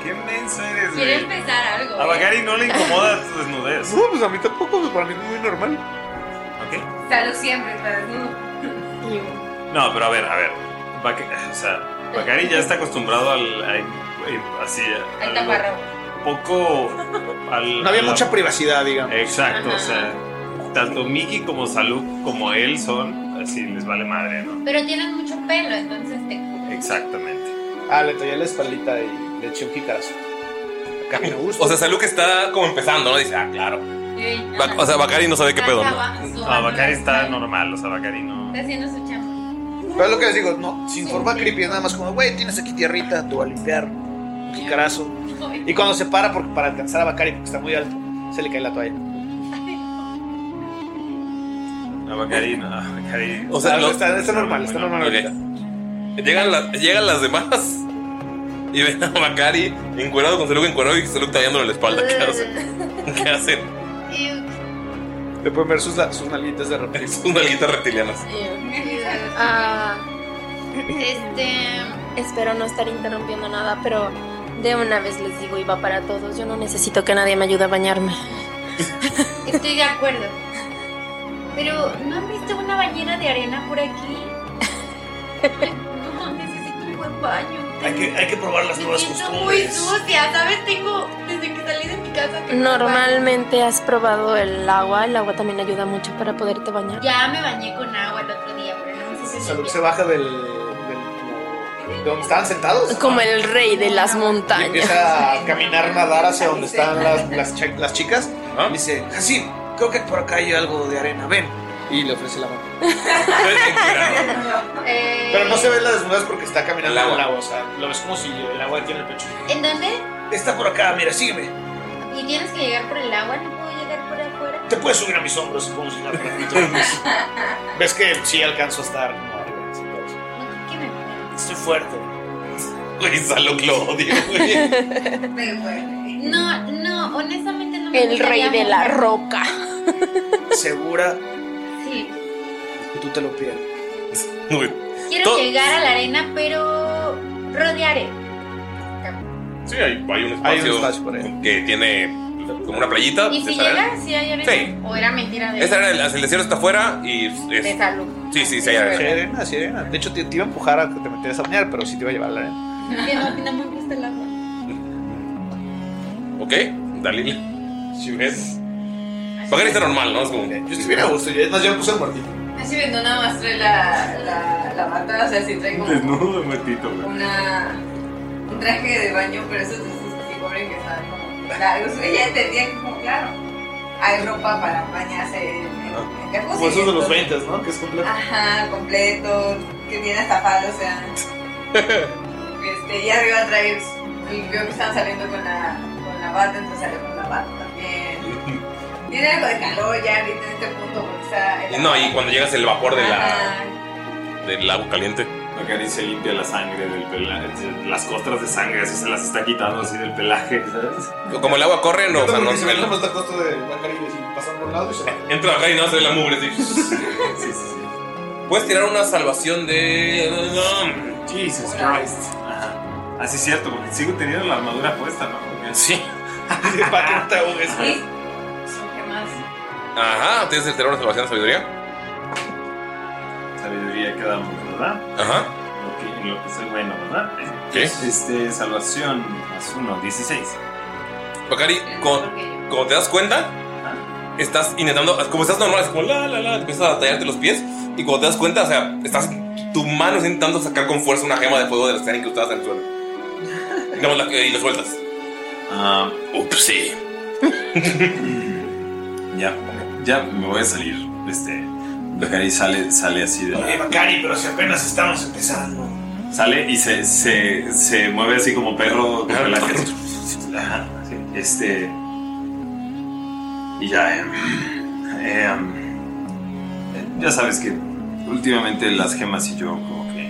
S7: Qué mensa eres,
S4: Quiere
S7: güey.
S4: empezar algo.
S7: A Bacari no le incomoda tu desnudez.
S2: No, pues a mí tampoco, pues para mí es muy normal.
S7: Ok.
S3: Salud siempre, está desnudo.
S7: No, pero a ver, a ver. Baca- o sea, Bacari ya está acostumbrado al. al- así.
S4: Al
S7: algo
S4: taparro.
S7: Poco. Al,
S2: No había
S7: a la-
S2: mucha privacidad, digamos.
S7: Exacto, o sea, tanto Mickey como Salud como él son, así les vale madre, ¿no?
S4: Pero tienen mucho pelo, entonces te
S7: Exactamente.
S2: Ah, le tallé la espaldita y le eché un jicarazo. Acá me gusta.
S1: O sea, Salud que está como empezando, ¿no? Dice, ah, claro.
S4: Ey, no.
S1: Ba- o sea, Bacari no sabe qué pedo, ¿no?
S4: Acaba su-
S7: No, Bacari está normal, o sea, Bacari no.
S4: Está haciendo su chamba.
S2: Pero es lo que les digo, no, sin forma creepy, es nada más como, güey, tienes aquí tierrita, tú a limpiar, un jicarazo. Y cuando se para porque para alcanzar a Bacari, porque está muy alto, se le cae la toalla.
S7: No, Bacari no, Bacari.
S1: O sea,
S2: Ah,
S1: lo-
S2: está, está normal, está normal
S1: Ok.
S2: ahorita.
S1: Llegan, las, llegan las demás y ven a Bacari encuerado con Salud encuerado y Salud tallándole la espalda. ¿Qué hacen? ¿Qué hacen?
S2: Le pueden ver sus, la- sus nalguitas de repente.
S1: Sus nalguitas reptilianas.
S6: Ah,
S4: Este.
S6: espero no estar interrumpiendo nada, pero de una vez les digo, iba para todos. Yo no necesito que nadie me ayude a bañarme.
S4: Estoy de acuerdo. Pero, ¿no han visto una ballena de arena por aquí? No, necesito un buen
S6: Pues
S4: baño.
S8: Hay que, hay que probar las
S4: Me
S8: nuevas
S4: siento muy
S8: costumbres.
S4: sucia, ¿sabes? Tengo. Desde que salí de mi casa. que no me
S6: Normalmente has probado el agua, el agua también ayuda mucho para poderte
S4: baño.
S6: bañar.
S4: Ya me bañé con agua el otro día, pero no sé si se
S2: Salud
S4: limpia.
S2: se baja del. del- de donde estaban sentados.
S6: Como el rey de las
S2: Y
S6: montañas.
S2: empieza a caminar, nadar hacia donde están las, las, cha- las chicas.
S1: ¿Ah?
S2: Y dice, Jacín, creo que por acá hay algo de arena, ven. Y le ofrece la mano.
S4: Eh,
S2: Pero no se ve la desnudez porque está caminando
S1: El
S2: en
S1: agua.
S2: el agua. O sea, lo ves como si el agua tiene el pecho.
S4: ¿En dónde?
S2: Está por acá, mira, sígueme.
S4: Y tienes que llegar por el agua, no puedo llegar por afuera.
S2: Te puedes subir a mis hombros y podemos llegar por aquí. Ves que sí alcanzo a estar. como arriba, así, pero
S4: No, ¿Qué me
S2: Estoy fuerte.
S1: Güey, Salud lo odio, güey.
S4: No, no, honestamente no me
S6: El rey
S4: gustaría
S6: de la
S4: mover.
S6: roca.
S2: Segura,
S4: Sí.
S2: tú te lo pierdes.
S1: Güey.
S4: Quiero
S1: To-
S4: llegar a la arena, pero rodearé.
S1: Sí, hay, hay un espacio,
S2: Hay un espacio por ahí.
S1: que tiene como una playita.
S4: ¿Y si
S1: esa arena.
S4: llega? ¿Si hay arena?
S1: Sí.
S4: ¿O era mentira de,
S1: Esa arena, el, el desierto está afuera y es-
S4: de salud?
S1: sí, sí, sí, hay arena.
S2: Sí, arena, sí, arena. De hecho, te, te iba a empujar a que te metieras a bañar, pero sí te iba a llevar la arena.
S4: Que no, no me gusta el agua.
S1: ¿Ok? Dalila. Si ves. Bacari está normal, ¿no? Es como.
S2: Yo estoy bien a gusto. Yo, es más, yo me puse el muertito.
S3: Así viendo nada más trae la, la, la bata, o sea, sí trae como
S7: Desnudo de muertito, güey.
S3: una, un traje de baño, pero esos de esos así pobres que están como largos. Ella entendía que como, claro, hay ropa para bañarse en, en jacuzzi.
S2: Como esos de los
S3: entonces- Ah.
S2: 20, ¿no? Que es completo.
S3: Ajá, completo, que viene estafado, o sea. este, y arriba trae, y veo que están saliendo con la, con la bata, entonces salió con la bata también. Tiene algo de calor ya ahorita en este punto porque está. el-
S1: No, y cuando llegas el vapor de la,
S3: Ajá.
S1: del agua caliente.
S7: Bacari se limpia la sangre del pelaje, las costras de sangre, así se las está quitando así del pelaje, ¿sabes?
S1: Como el agua corre, no, o sea, no. el-
S2: está costo de Bacaribe si pasan por un lado y se va.
S1: Entra Bacari y no se ve la mugre, sí.
S7: Sí, sí, sí.
S1: Puedes tirar una salvación de.
S7: Jesus Christ. Ajá. Así es cierto, porque sigo teniendo la armadura puesta, ¿no? Porque-
S1: Sí.
S2: Para que no te ahogues.
S3: Sí. ¿Qué más?
S1: Ajá, tienes que tirar una salvación de sabiduría.
S7: Sabiduría quedamos, ¿verdad?
S1: Ajá.
S7: Lo que- en lo que soy bueno, ¿verdad?
S1: ¿Qué?
S7: Este, salvación más uno, 16.
S1: Bacari, con-
S3: Porque yo-
S1: como te das cuenta,
S7: Ajá.
S1: estás intentando, como estás normal, Pues es como la, la, la, empiezas a tallarte los pies y cuando te das cuenta, o sea, estás, tu mano está intentando sacar con fuerza una gema de fuego de las que están incrustadas en el suelo. Y, no, la, y lo sueltas.
S7: Ah, upsí. ya, ya me voy a salir. Este, Bacari sale, sale así de la-
S2: Oye, Bacari, pero si apenas estamos empezando.
S7: Sale y se, se, se mueve así como perro con la Ajá, sí. Este. Y ya, em, em, ya sabes que últimamente las gemas y yo, como que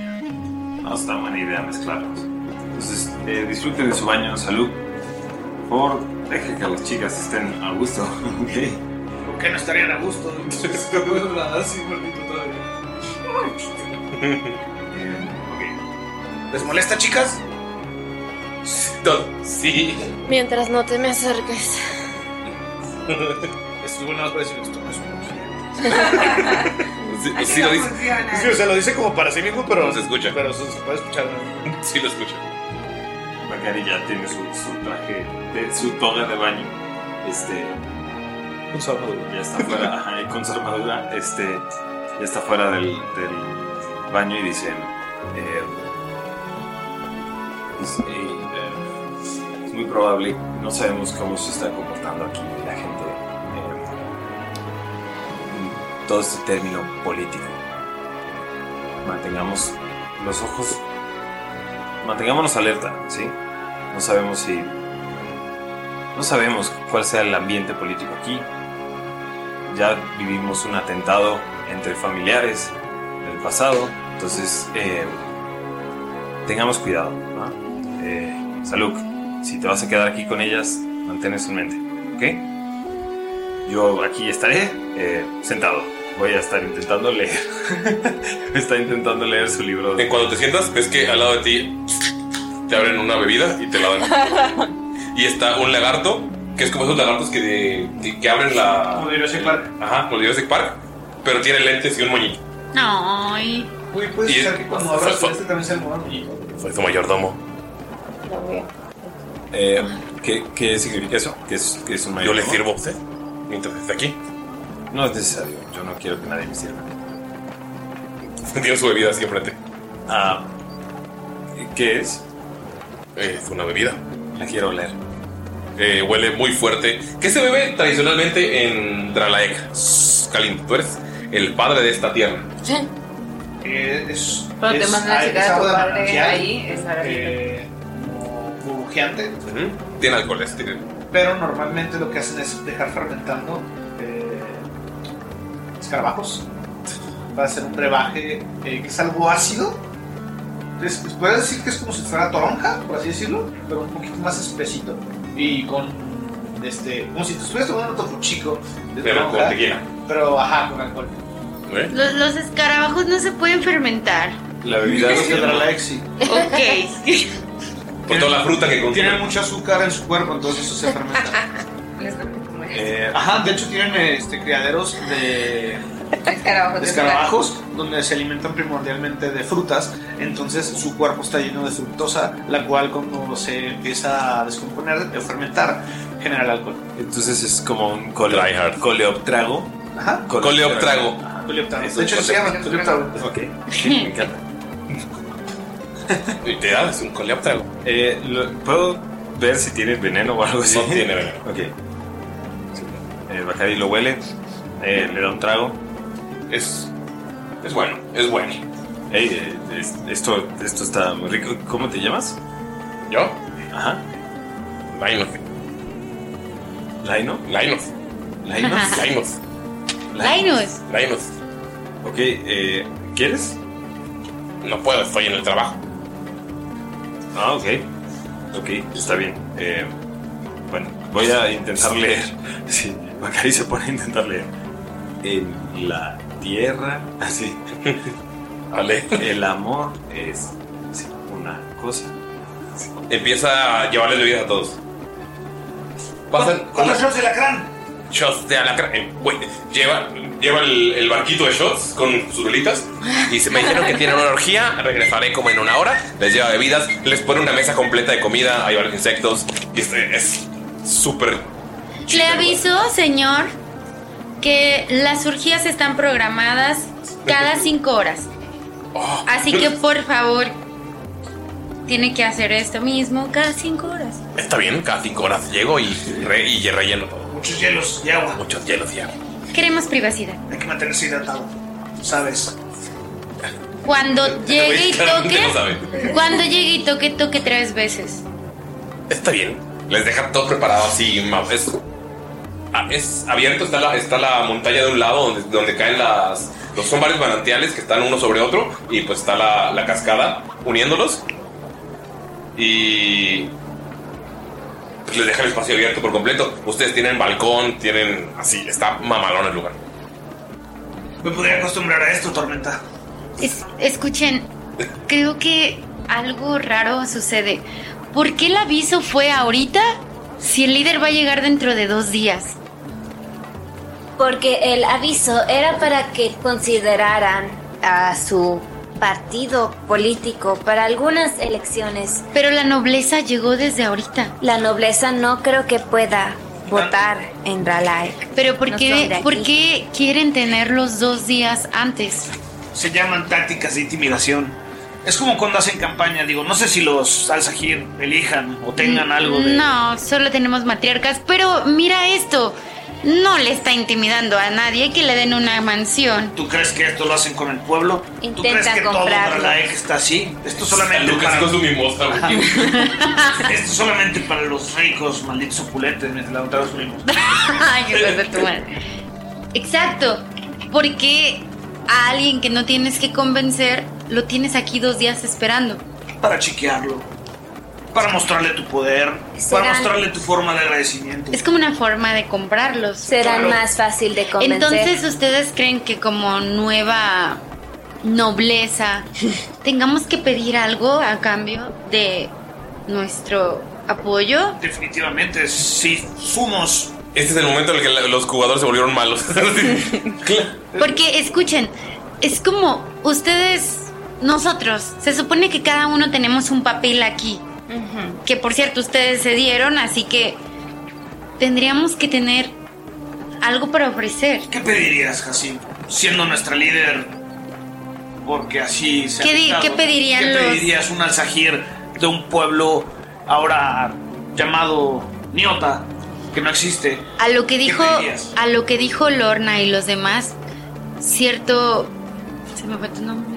S7: no es tan buena idea mezclarlas. Entonces, eh, disfruten de su baño, salud. Por favor, deje que las chicas estén a gusto, ¿ok?
S2: ¿Por qué no estarían a gusto?
S1: Ah,
S2: Así, maldito, todavía.
S7: Eh,
S2: ¿Les molesta, chicas?
S1: Sí.
S6: Mientras no te me acerques.
S2: Estuvo nada más para decir esto. no es un
S1: Sí, sí lo dice.
S2: Sí, o sea, lo dice como para sí mismo, pero
S1: se escucha.
S2: Pero se se puede escuchar. ¿no?
S1: Sí lo escucha.
S7: Bacari ya tiene su, su traje, de- su toga de baño. Este. Con su armadura. Ya está fuera, ajá, y con su armadura. Este. Ya está fuera del, del baño y dice. eh, es, eh, eh, es muy probable, no sabemos cómo se está comportando aquí la gente. eh, todo este término político. Mantengamos los ojos mantengámonos alerta, ¿sí? No sabemos si... No sabemos cuál sea el ambiente político aquí. Ya vivimos un atentado entre familiares en el pasado, entonces eh, tengamos cuidado. ¿va? Eh, Saluk, si te vas a quedar aquí con ellas, mantén eso en mente, ¿ok? Yo aquí estaré eh, sentado. Voy a estar intentando leer. Está intentando leer su libro.
S1: En cuando te sientas, ves que al lado de ti te abren una bebida y te la dan. Y está un lagarto, que es como esos lagartos que, de- que, que abren la. Como de Jurassic Park. Ajá, como de Jurassic Park. Pero tiene lentes y un moñito.
S4: Ay.
S2: Uy, pues, puedes
S1: Y-
S2: hacer que cuando abras este también se mueva muñeco.
S1: Fue tu mayordomo.
S7: Eh, ¿qué, qué significa eso? ¿Qué es, qué es un
S1: Yo le
S7: mayordomo?
S1: sirvo a usted. Mientras esté aquí.
S7: No es necesario. Yo no quiero que nadie me sirva.
S1: Tiene su bebida así enfrente.
S7: Ah, ¿Qué es?
S1: Eh, Es una bebida.
S7: La quiero oler.
S1: Eh, huele muy fuerte. ¿Qué se bebe tradicionalmente en Dralaek? Kalim, tú eres el padre de esta tierra.
S2: Eh, es.
S3: Pero te
S2: es-
S3: mandan a
S2: ah,
S3: llegar
S2: es
S3: a tu
S2: agua de
S3: padre
S2: manantial,
S3: ahí, es
S2: eh, como burbujeante.
S1: Ujú. Tiene alcohol, este.
S2: Pero normalmente lo que hacen es dejar fermentando eh, escarabajos para hacer un brebaje eh, que es algo ácido. Es- Puedes decir que es como si fuera toronja, por así decirlo, pero un poquito más espesito. Y con este, como si te estuvieras tomando un topo chico de
S1: Pero con
S2: toronja,
S1: tequila.
S2: Pero ajá, con alcohol.
S4: Los, los escarabajos no se pueden fermentar.
S7: La bebida
S2: es de
S4: Ok.
S1: Por toda la fruta que contiene.
S2: Tienen mucho azúcar en su cuerpo, entonces eso se fermenta. Eh, ajá, de hecho tienen eh, este, criaderos de
S3: Escarabajos.
S2: de escarabajos donde se alimentan primordialmente de frutas, entonces su cuerpo está lleno de fructosa, la cual cuando se empieza a descomponer, a fermentar, genera el alcohol.
S7: Entonces es como un cole- coleoptrago.
S2: Ajá.
S1: Coleoptrago.
S7: Ajá.
S2: Coleoptrago.
S7: Es
S2: Ah, De
S7: un
S2: hecho se llama coleoptrago.
S7: Ok. Me encanta.
S1: Y te das un coleóptero.
S7: Eh, lo- ¿Puedo ver si tiene veneno o algo así?
S1: No tiene veneno.
S7: Ok. Eh, Bacari lo huele, eh, le da un trago.
S1: Es, es bueno, es bueno.
S7: Ey, eh, es- esto, esto está muy rico. ¿Cómo te llamas?
S1: ¿Yo?
S7: Ajá.
S1: Laino.
S7: ¿Laino?
S1: Laino.
S7: ¿Laino?
S1: Laino.
S4: Linus.
S1: Laino.
S7: Ok, eh, ¿quieres?
S1: No puedo, estoy en el trabajo.
S7: Ah, ok. Ok, está bien. Eh, bueno, voy a intentar leer. Sí, Bacari se pone a intentar leer. En la tierra, así.
S1: Vale.
S7: El amor es sí, una cosa.
S1: Empieza a llevarles bebidas a todos. Pasan
S2: Con los shots de lacrán.
S1: shots de alacra. eh, güey, lleva lleva el, el barquito de shots con sus velitas. Y se me dijeron que tienen una orgía. Regresaré como en una hora. Les lleva bebidas. Les pone una mesa completa de comida. Hay varios insectos. Y este es súper.
S4: Le aviso, señor, que las urgías están programadas cada cinco horas. Así que por favor, tiene que hacer esto mismo cada cinco horas.
S1: Está bien, cada cinco horas llego y, re, y relleno todo.
S2: Muchos hielos y agua.
S1: Muchos hielos y agua.
S4: Queremos privacidad.
S2: Hay que mantenerse hidratado. Tú sabes.
S4: Cuando llegue y
S1: Claramente
S4: toque,
S1: no sabe.
S4: cuando llegue y toque, toque tres veces.
S1: Está bien. Les dejan todo preparado así. ma- Es, ah, es abierto, está la, está la montaña de un lado donde, donde caen las... los- Son varios manantiales que están uno sobre otro y pues está la, la cascada uniéndolos. Y... Pues les deja el espacio abierto por completo. Ustedes tienen balcón, tienen... Así, está mamalón el lugar.
S2: Me podría acostumbrar a esto, tormenta.
S4: Es- escuchen, creo que algo raro sucede. ¿Por qué el aviso fue ahorita si el líder va a llegar dentro de dos días?
S9: Porque el aviso era para que consideraran a su partido político para algunas elecciones.
S4: Pero la nobleza llegó desde ahorita.
S9: La nobleza no creo que pueda votar en Ralaek.
S4: Pero ¿por
S9: No
S4: qué,
S9: son de aquí.
S4: ¿por qué quieren tenerlos dos días antes?
S2: Se llaman tácticas de intimidación. Es como cuando hacen campaña, digo, no sé si los Al-Sahir elijan o tengan algo de...
S4: No, solo tenemos matriarcas, pero mira esto. No le está intimidando a nadie que le den una mansión.
S2: ¿Tú crees que esto lo hacen con el pueblo? ¿Tú crees que
S4: comprarlo.
S2: todo Ralaek está así? Esto solamente
S1: Lucas
S2: para...
S1: con su mimosa, güey.
S2: esto solamente para los ricos, malditos opulentes, mis levantados primos.
S4: Ay, hijos de tu madre. Exacto. Porque a alguien que no tienes que convencer, lo tienes aquí dos días esperando.
S2: Para chiquearlo. Para mostrarle tu poder. Para
S4: Serán-
S2: mostrarle tu forma de agradecimiento.
S4: Es como una forma de comprarlos.
S9: Serán más fácil de convencer.
S4: Entonces, ¿ustedes creen que como nueva nobleza tengamos que pedir algo a cambio de nuestro apoyo?
S2: Definitivamente, si fumos...
S1: Este es el momento en el que la- los jugadores se volvieron malos.
S4: Porque escuchen, es como ustedes, nosotros, se supone que cada uno tenemos un papel aquí. Que por cierto, ustedes se dieron, así que tendríamos que tener algo para ofrecer.
S2: ¿Qué pedirías, Jacín? Siendo nuestra líder, porque así se ha
S4: ¿Qué di-
S2: dictado.
S4: qué pedirían
S2: ¿Qué
S4: los-
S2: pedirías un alzajir de un pueblo ahora llamado Niota, que no existe?
S4: A lo que dijo,
S2: pedirías?
S4: a lo que dijo Lorna y los demás, cierto, se me fue tu nombre,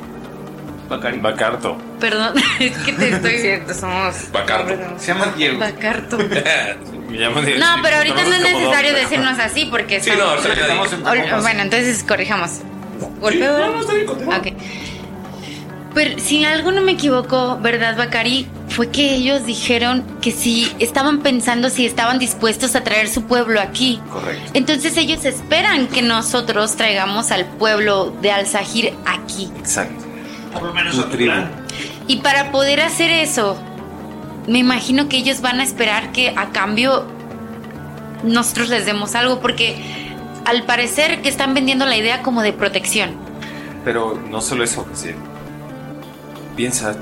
S5: Bacarto.
S4: perdón, es que te estoy cierto, somos
S5: Bacarto.
S2: Se llama Diego.
S4: Bacarto.
S5: Me llamo Diego.
S4: No, pero ahorita no es
S5: Conozco como
S4: necesario
S5: Doc.
S4: decirnos así porque
S5: Sí, no, ahorita ya
S4: estamos-
S5: dije.
S4: Ahorita- Bueno, entonces corrijamos. ¿Golpeo? Ok. Pero si algo no me equivoco, ¿verdad, Bacari? Fue que ellos dijeron que si estaban pensando si estaban dispuestos a traer su pueblo aquí.
S5: Correcto.
S4: Entonces ellos esperan que nosotros traigamos al pueblo de Al-Sahir aquí.
S5: Exacto.
S2: Por lo menos
S5: tu tribu.
S4: Y para poder hacer eso, me imagino que ellos van a esperar que a cambio nosotros les demos algo, porque al parecer que están vendiendo la idea como de protección.
S5: Pero no solo eso, José. Piensa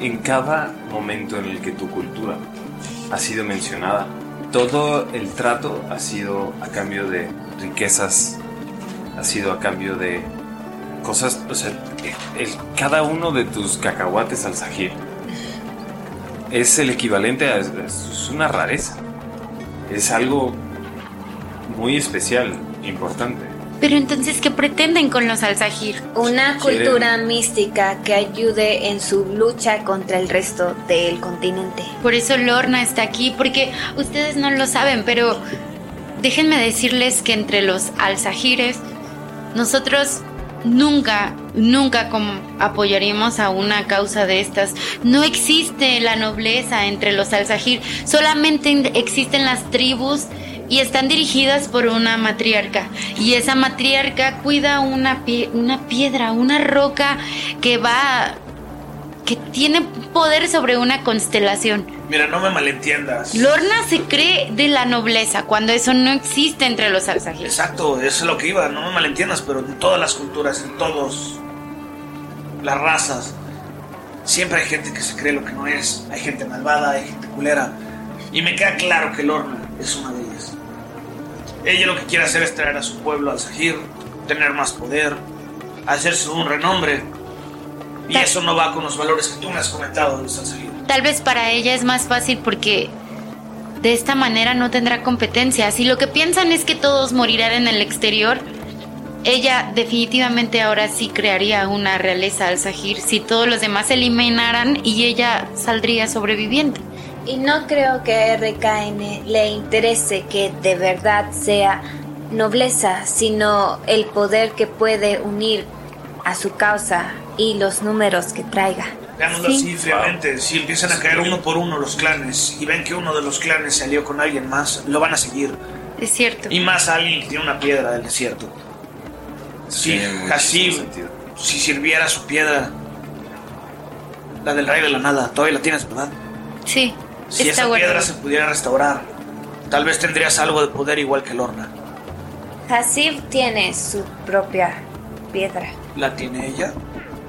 S5: en cada momento en el que tu cultura ha sido mencionada. Todo el trato ha sido a cambio de riquezas, ha sido a cambio de cosas. O sea, el- cada uno de tus cacahuates al sajir es el equivalente a. Es una rareza. Es algo muy especial, importante.
S4: Pero entonces, ¿qué pretenden con los alzajir?
S9: Una
S5: Quieren-
S9: cultura mística que ayude en su lucha contra el resto del continente.
S4: Por eso Lorna está aquí, porque ustedes no lo saben, pero déjenme decirles que entre los alzajires, nosotros nunca, nunca como apoyaríamos a una causa de estas. No existe la nobleza entre los alzajir, solamente en- existen las tribus y están dirigidas por una matriarca. Y esa matriarca cuida una, pie- una piedra, una roca que va que tiene poder sobre una constelación.
S2: Mira, no me malentiendas.
S4: Lorna se cree de la nobleza cuando eso no existe entre los alzagiles.
S2: Exacto, eso es lo que iba, no me malentiendas, pero en todas las culturas, en todos las razas, siempre hay gente que se cree lo que no es, hay gente malvada, hay gente culera, y me queda claro que Lorna es una de ellas. Ella lo que quiere hacer es traer a su pueblo al Sahir, tener más poder, hacerse un renombre. Y eso no va con los valores que tú me has comentado de los Al-Sahir.
S4: Tal vez para ella es más fácil porque de esta manera no tendrá competencia. Si lo que piensan es que todos morirán en el exterior, ella definitivamente ahora sí crearía una realeza al Sahir si todos los demás se eliminaran y ella saldría sobreviviente.
S9: Y no creo que RKN le interese que de verdad sea nobleza, sino el poder que puede unir a su causa y los números que traiga.
S2: Veámoslo así fríamente. Si empiezan a caer uno por uno los clanes y ven que uno de los clanes se alió con alguien más, lo van a seguir.
S4: Es cierto.
S2: Y más alguien que tiene una piedra del desierto. Si así, si sirviera su piedra, la del rey de la nada, todavía la tienes, ¿verdad?
S4: Sí,
S2: Si
S4: está
S2: esa
S4: guardada.
S2: piedra se pudiera restaurar, tal vez tendrías algo de poder igual que Lorna.
S9: Hasib tiene su propia piedra.
S2: ¿La tiene ella?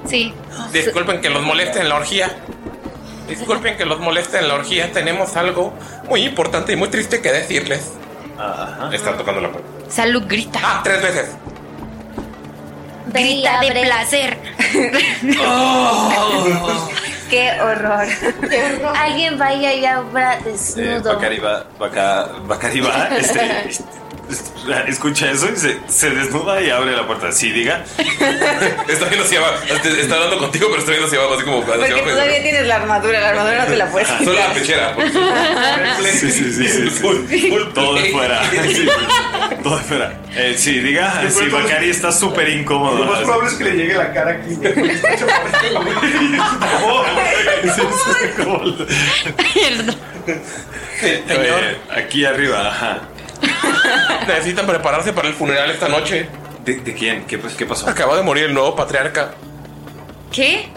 S4: Sí.
S1: Disculpen que los moleste en la orgía. Disculpen que los moleste en la orgía. Tenemos algo muy importante y muy triste que decirles. Le Están tocando la puerta.
S4: Salud grita.
S1: Ah, tres veces.
S4: Grita de placer.
S2: ¡Oh!
S9: ¡Qué horror! Alguien vaya y abra
S7: Eh,
S9: desnudo.
S7: Bacari va, Baca- Bacari va, este, escucha eso y se, se desnuda y abre la puerta. Sí, diga.
S1: está viendo hacia abajo. Está hablando contigo, pero está viendo hacia abajo, así como hacia
S3: Porque
S1: abajo.
S3: todavía tienes la armadura, la armadura no te la puedes
S1: Solo la
S3: quitar.
S1: pechera. por supuesto.
S7: Sí, sí, sí, sí, sí. Todo de fuera. Sí, todo de fuera. Eh, sí, diga. Sí, Bacari está súper incómodo.
S10: Lo más probable es que le llegue la cara aquí.
S1: Señor.
S7: aquí arriba, ajá.
S1: Necesitan prepararse para el funeral esta noche.
S7: ¿De, de quién? ¿Qué, pues, ¿Qué pasó?
S1: Acaba de morir el nuevo patriarca.
S4: ¿Qué?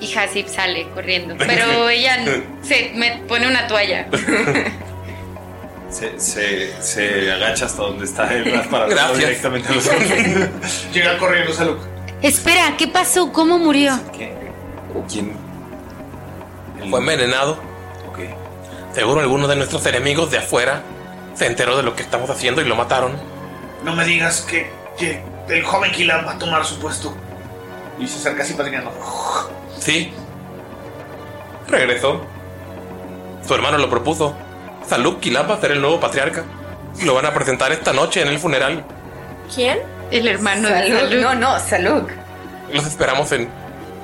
S4: Y Hasib sale corriendo. Pero ella se me pone una toalla.
S7: Se, se, se agacha hasta donde está él para verlo
S1: Gracias.
S7: directamente a los ojos.
S10: Llega corriendo, salud.
S4: Espera, ¿qué pasó? ¿Cómo murió?
S7: ¿Quién?
S1: Fue envenenado. Seguro alguno de nuestros enemigos de afuera se enteró de lo que estamos haciendo y lo mataron.
S2: No me digas que, que el joven Kilan va a tomar su puesto.
S10: Y se acerca así patinando.
S1: Sí. Regresó. Su hermano lo propuso. Saluk Kilab va a ser el nuevo patriarca. Lo van a presentar esta noche en el funeral.
S3: ¿Quién?
S4: El hermano
S3: de
S4: Saluk.
S3: No, no, Saluk.
S1: Los esperamos en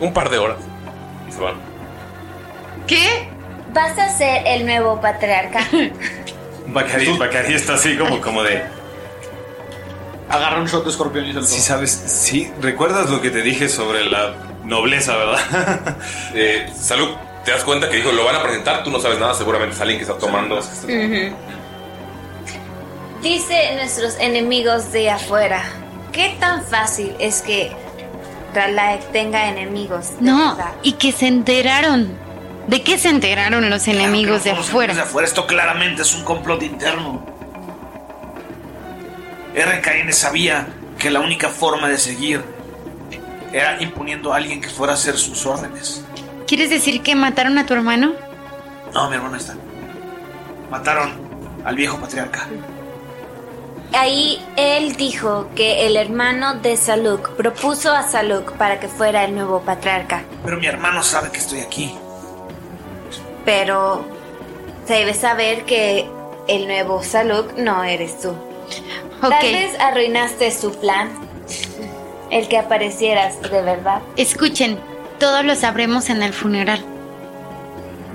S1: un par de horas. Y se van.
S4: ¿Qué?
S9: ¿Vas a ser el nuevo patriarca?
S7: Bacari, Bacari está así como, como de.
S10: Agarra un shot de escorpión y se
S7: Sí, sabes, sí, recuerdas lo que te dije sobre la nobleza, ¿verdad?
S1: Eh, Saluk, te das cuenta que dijo, lo van a presentar. Tú no sabes nada, seguramente es alguien que está tomando.
S9: Ujú. Dice nuestros enemigos de afuera. ¿Qué tan fácil es que Ralaek tenga enemigos? de
S4: No,
S9: verdad?
S4: y que se enteraron. ¿De qué se enteraron los enemigos de
S2: Los
S4: afuera?
S2: enemigos de afuera, esto claramente es un complot interno. RKN sabía que la única forma de seguir era imponiendo a alguien que fuera a hacer sus órdenes.
S4: ¿Quieres decir que mataron a tu hermano?
S2: No, mi hermano está. Mataron al viejo patriarca.
S9: Ahí él dijo que el hermano de Saluk propuso a Saluk para que fuera el nuevo patriarca,
S2: Pero mi hermano sabe que estoy aquí.
S9: pero se debe saber que el nuevo Saluk no eres tú.
S4: Ok.
S9: Tal vez arruinaste su plan, el que aparecieras de verdad.
S4: Escuchen, todos lo sabremos en el funeral.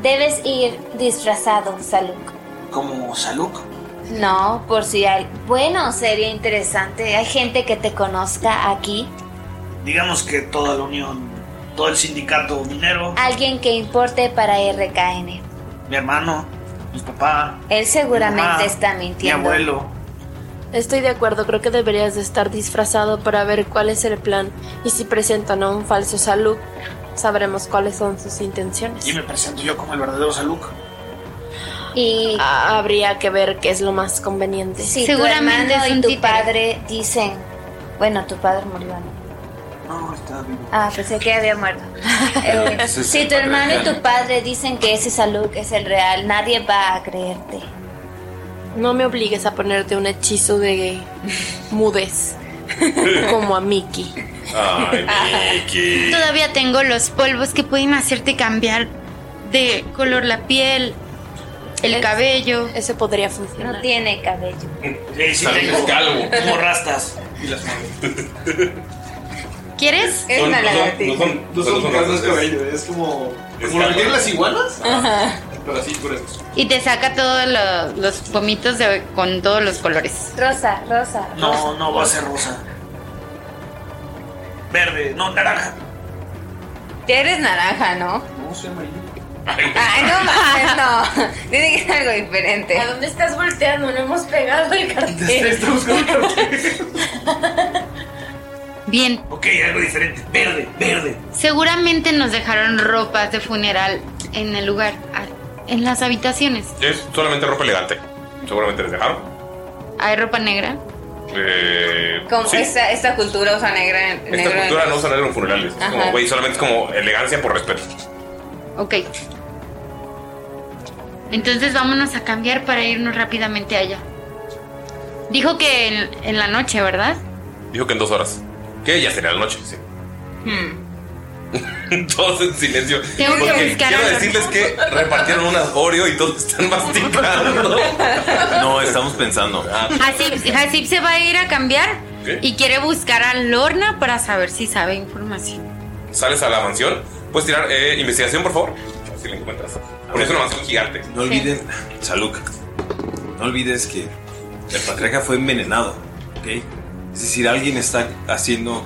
S9: Debes ir disfrazado, Saluk.
S2: Como Saluk.
S9: No, por si hay... Bueno, sería interesante. Hay gente que te conozca aquí.
S2: Digamos que toda la unión, todo el sindicato minero,
S9: Alguien que importe para RKN.
S2: mi hermano, mi papá,
S9: Él seguramente
S2: Mamá,
S9: está
S2: Ah, mi
S9: mintiendo.
S2: abuelo.
S11: Estoy de acuerdo, creo que deberías de estar disfrazado para ver cuál es el plan y si presentan a un falso Saluk, sabremos cuáles son sus intenciones.
S2: Y me presento yo como el verdadero Saluk.
S9: Y
S11: Ah, habría que ver qué es lo más conveniente.
S9: si Seguramente tu hermano y tu padre dicen... Bueno, tu padre murió, ¿no?
S2: No, está vivo.
S9: Ah, pensé que había muerto.
S2: No,
S9: Eh,
S2: ese es
S9: si
S2: el
S9: tu hermano y
S2: patriarcal.
S9: tu padre dicen que ese Saluk es el real, nadie va a creerte.
S6: No me obligues a ponerte un hechizo de mudez como a Mickey.
S1: Ay, Mickey.
S4: Todavía tengo los polvos que pueden hacerte cambiar de color la piel, el cabello.
S6: Eso podría funcionar.
S9: No tiene cabello.
S1: Sí, sí, tengo calvo.
S2: Como rastas.
S12: Y las manos.
S4: ¿Quieres?
S12: Es una lagartija.
S1: No son,
S12: No son rastas de cabello, es como. Como lo que tienen las iguanas.
S4: Ajá.
S12: Pero así, por eso.
S4: Y te saca todos lo- los pomitos de- con todos los colores.
S9: Rosa, rosa.
S2: No, no va a ser rosa. Verde, no, naranja.
S3: Ya eres naranja, ¿no?
S12: No, soy amarillo.
S3: Ay, no mames, no. Tiene que ser algo diferente.
S13: ¿A dónde estás volteando? No hemos pegado el cartel.
S4: Bien,
S2: Ok, algo diferente. Verde, verde.
S4: seguramente nos dejaron ropas de funeral en el lugar, ah, en las habitaciones.
S1: Es solamente ropa elegante. Seguramente les dejaron.
S4: ¿Hay ropa negra?
S1: Eh,
S3: Como
S1: sí.
S3: esta, esta cultura usa negra,
S1: Esta
S3: negro en-
S1: cultura no usa negro en funerales. Es
S3: Ajá.
S1: como, güey, solamente es como elegancia por respeto.
S4: Ok. Entonces vámonos a cambiar para irnos rápidamente allá. Dijo que en, en la noche, ¿verdad?
S1: Dijo que en dos horas. Que ya sería la noche, sí.
S4: Hmm.
S1: Todos en silencio.
S4: Tengo que
S1: Porque
S4: buscar
S1: quiero
S4: algo.
S1: decirles que repartieron unas Oreo y todos están masticando.
S7: No, estamos pensando.
S1: Ah,
S4: Hasib, Hasib se va a ir a cambiar
S1: ¿Qué?
S4: y quiere buscar a Lorna para saber si sabe información.
S1: Sales a la mansión. Puedes tirar eh, investigación, por favor. A ver si la encuentras. Porque es una mansión gigante.
S7: No olviden, salud. No olvides que el patriarca fue envenenado, ¿ok? Es decir, alguien está haciendo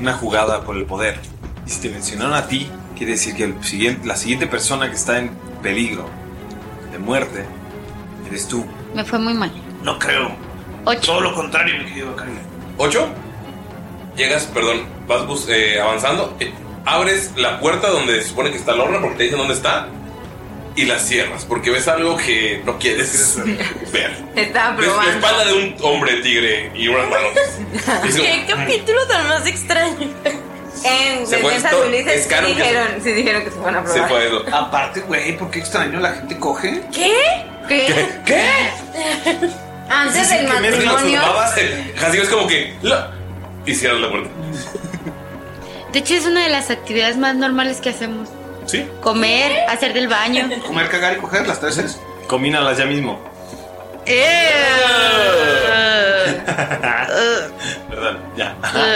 S7: una jugada por el poder. Y si te mencionaron a ti, quiere decir que el siguiente, la siguiente persona que está en peligro de muerte eres tú.
S4: Me fue muy mal.
S2: No creo.
S4: Ocho.
S2: Todo lo contrario, mi querido Bacari.
S1: ¿Ocho? Llegas, perdón, vas bus- eh, avanzando. eh, abres la puerta donde se supone que está la horna porque te dicen dónde está. Y la cierras porque ves algo que no quieres ver.
S3: Te estaba
S1: Ves la
S3: probando.
S1: espalda de un hombre tigre y unas manos. Es como-
S13: ¿Qué capítulo tan más extraño?
S3: En
S1: Se fue
S3: defensa
S1: esto,
S3: de Ulises
S1: es
S3: sí
S1: caro que-
S3: dijeron, sí dijeron que se van a probar.
S1: Se fue eso.
S2: Aparte, güey, ¿por qué extraño la gente coge?
S3: ¿Qué? ¿Qué? Antes del matrimonio.
S1: Así es como que. la- Y cierras la puerta.
S4: De hecho, es una de las actividades más normales que hacemos.
S1: Sí.
S4: Comer, hacer del baño.
S12: Comer, cagar y coger las tres es.
S7: Combínalas ya mismo.
S4: ¡Eh!
S7: Perdón, ya.
S2: Ah.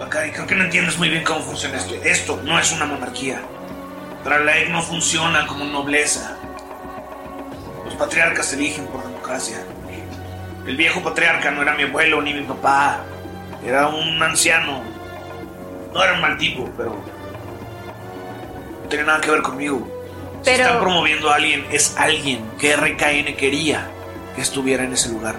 S2: Bacari, Eh. creo que no entiendes muy bien cómo funciona esto. Esto no es una monarquía. Tralaeg no funciona como nobleza. Los patriarcas se eligen por democracia. El viejo patriarca no era mi abuelo ni mi papá. Era un anciano. No era un mal tipo, pero. No tenía nada que ver conmigo. Si
S3: Pero-
S2: están promoviendo a alguien, es alguien que RKN quería que estuviera en ese lugar.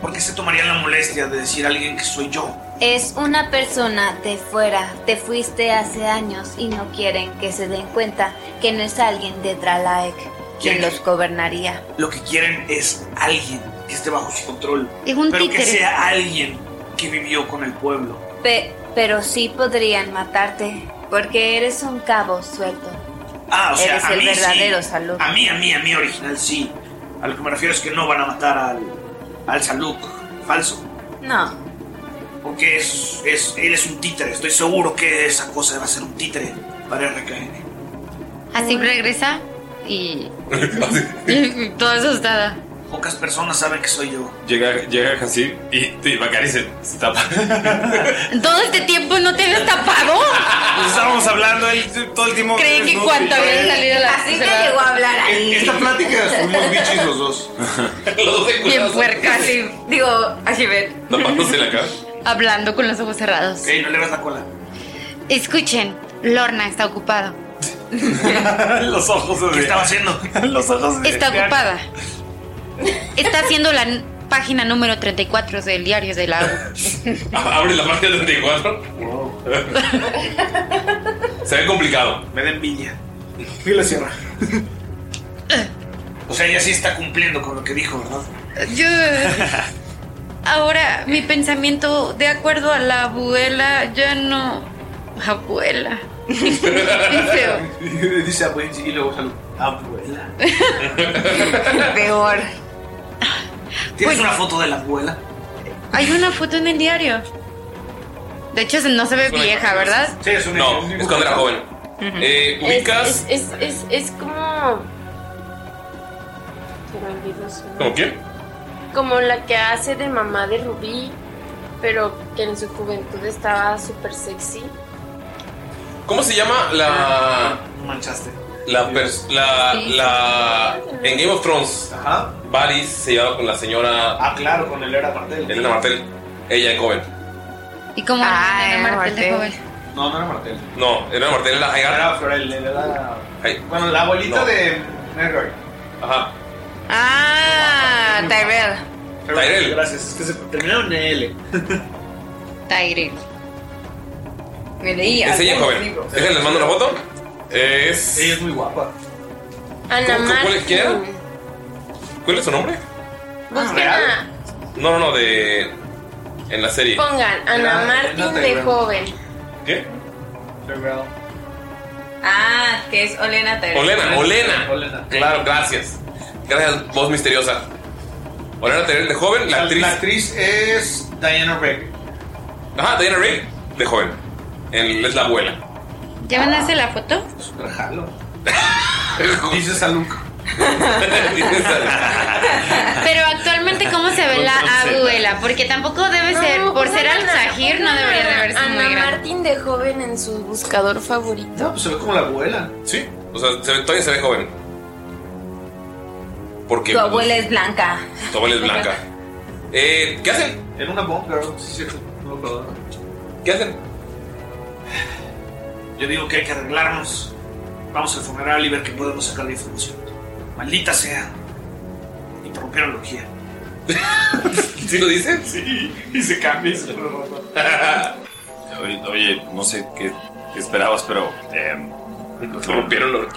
S2: ¿Por qué se tomarían la molestia de decir a alguien que soy yo?
S9: Es una persona de fuera. Te fuiste hace años y no quieren que se den cuenta que no es alguien de Dralaek quien
S2: ¿Quién?
S9: los gobernaría.
S2: Lo que quieren es alguien que esté bajo su control.
S9: Es un
S2: pero que
S9: títere.
S2: sea alguien que vivió con el pueblo.
S9: Pe- pero sí podrían matarte porque eres un cabo suelto.
S2: Ah, o sea,
S9: eres
S2: a
S9: el
S2: mí sí.
S9: verdadero salud.
S2: A mí, a mí, a mí original sí. A lo que me refiero es que no van a matar al, al Saluk falso.
S3: No.
S2: Porque es, es, él es un títere. Estoy seguro que esa cosa va a ser un títere para RKN.
S4: Así regresa y. y toda asustada.
S2: Pocas personas saben que soy yo.
S14: Llega, llega Hasib y, y Bacari se, se tapa.
S4: Todo este tiempo no te habías tapado.
S14: Pues estábamos hablando él todo el tiempo.
S4: Creí que cuanto había salido la.
S3: Así te llegó a hablar ahí.
S12: Esta plática fuimos bichis los dos.
S4: Bien puerca, así,
S3: Digo, así ver.
S1: Tapándose la cara.
S4: hablando con los ojos cerrados.
S2: Ok, no le ves la cola.
S4: Escuchen, Lorna está ocupada.
S14: Los ojos de.
S2: ¿Qué estaba haciendo?
S14: Los ojos de.
S4: Está ocupada. Está haciendo la n- página número 34 del diario del lago.
S1: A- Abre la página 34. Se ve complicado.
S2: Me da envidia. Y la cierra. o sea, ella sí está cumpliendo con lo que dijo, ¿verdad?
S4: Yo- Ahora mi pensamiento de acuerdo a la abuela ya no abuela. Feo.
S12: Dice abuelo y luego salud. Abuela.
S3: Peor.
S2: ¿Tienes una foto de la abuela?
S4: Hay una foto en el diario. De hecho, no se ve vieja, ¿verdad?
S2: Sí, es un
S1: No, es cuando era joven. Eh,
S11: Es-
S1: ubicas.
S11: Es, es, es, es como. Se me olvidó su nombre.
S1: ¿Cómo quién?
S11: Como la que hace de mamá de Rubí, pero que en su juventud estaba súper sexy.
S1: ¿Cómo se llama la.
S2: Ah, Manchaste.
S1: La. pers- la,
S11: Sí.
S1: la- en Game of Thrones,
S2: Ajá.
S1: Varys se llevaba con la señora.
S2: Ah, claro, con Elena Martel.
S1: Elena Martel. Ella es joven.
S4: ¿Y cómo
S11: ah,
S4: Elena Martel de joven?
S2: No, no era Martel.
S1: No, Elena Martel es la Jaigara.
S2: Florel, era la.
S1: Bueno,
S2: la abuelita de Merroy.
S1: Ajá.
S15: Ah, Tyrell.
S1: Tyrell.
S2: Gracias, es que se terminaron en L.
S15: Tyrell. Me leía.
S1: Es ella
S15: algunos
S1: joven.
S15: libros.
S1: Déjenle, les mando una foto. Es. Ella
S2: es muy guapa.
S11: Ana
S1: ¿Cuál
S11: Martín.
S1: es quién? ¿Cuál es su nombre?
S11: Busquen a-
S1: No, no, no, de. En la serie.
S11: Pongan Ana
S1: Era-
S11: Martín
S1: era
S11: de
S1: Tyrell.
S11: joven.
S1: ¿Qué?
S3: Ah, que es Olena Ah, Tyrell.
S1: Olena, Olena. Claro, gracias. Gracias, voz misteriosa. Olena Tyrell de joven, la actriz.
S2: La actriz es Diana Rick.
S1: Ajá, Diana Rigg de joven. En- es la abuela.
S4: ¿Ya van a hacer la foto?
S2: Super jalo. Dices a Luke.
S4: Pero actualmente, ¿cómo se ve la abuela? Porque tampoco debe ser, por ser al Zahir, no debería de verse
S11: Ana
S4: muy grande.
S11: Martín de joven en su buscador favorito.
S2: pues se ve como la abuela.
S1: Sí, o sea, se ve- todavía se ve joven. Porque
S15: Tu abuela es blanca.
S1: tu abuela es blanca. Eh, ¿Qué hacen?
S2: Era una bomb girl, sí, cierto. No lo perdono.
S1: ¿Qué hacen?
S2: Yo digo que hay que arreglarnos. Vamos al funeral y ver que podemos sacar la información. Maldita sea. Interrumpieron la orgía.
S1: ¿Sí lo dice?
S7: Sí,
S2: y se cambia.
S7: Oye, oye, no sé qué, qué esperabas, pero. em,
S1: rompieron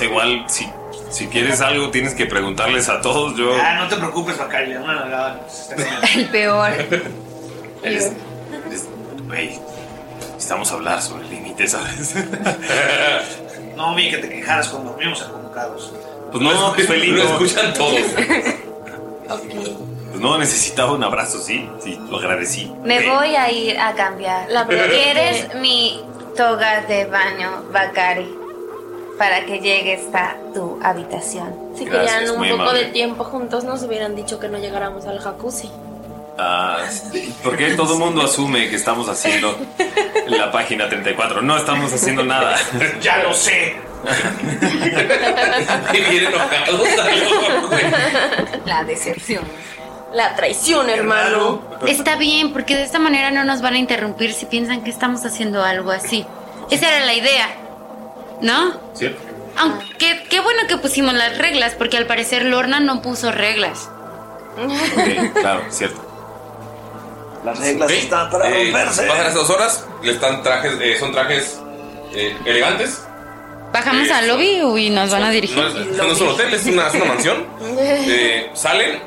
S7: igual, si, si quieres algo, tienes que preguntarles a todos. Yo.
S2: Ah, no te preocupes, Bacaria. Una nalgada. nos está comiendo.
S15: El peor.
S7: Eres- eres- Güey, necesitamos hablar sobre límites, ¿sabes?
S2: No vi que te quejaras cuando dormimos a convocados.
S7: Pues no,
S1: escuchan-
S7: feliz.
S1: lo escuchan todos.
S7: Pues no, necesitaba un abrazo, sí, sí, lo agradecí.
S9: Me voy a ir a cambiar.
S11: La verdad
S9: ¿Quieres mi toga de baño, Bakari? Para que llegues a tu habitación.
S11: Si
S7: Gracias,
S11: querían un
S7: muy
S11: poco
S7: amable.
S11: de tiempo juntos, nos hubieran dicho que no llegáramos al jacuzzi.
S7: Ah, ¿Por qué todo el mundo asume que estamos haciendo la página 34? No estamos haciendo nada.
S2: ¡Ya lo sé!
S1: Y viene enojado.
S3: La decepción.
S11: La traición, hermano.
S4: Está bien, porque de esta manera no nos van a interrumpir si piensan que estamos haciendo algo así. Esa era la idea, ¿no?
S7: ¿Cierto?
S4: Aunque qué bueno que pusimos las reglas, porque al parecer Lorna no puso reglas.
S7: Claro, cierto.
S2: Las reglas están
S1: Eh, pasan estas dos horas, le están trajes, eh, son trajes eh, elegantes.
S4: Bajamos al lobby y nos van a dirigir.
S1: No es, no es un hotel, es una, es una mansión. Eh, salen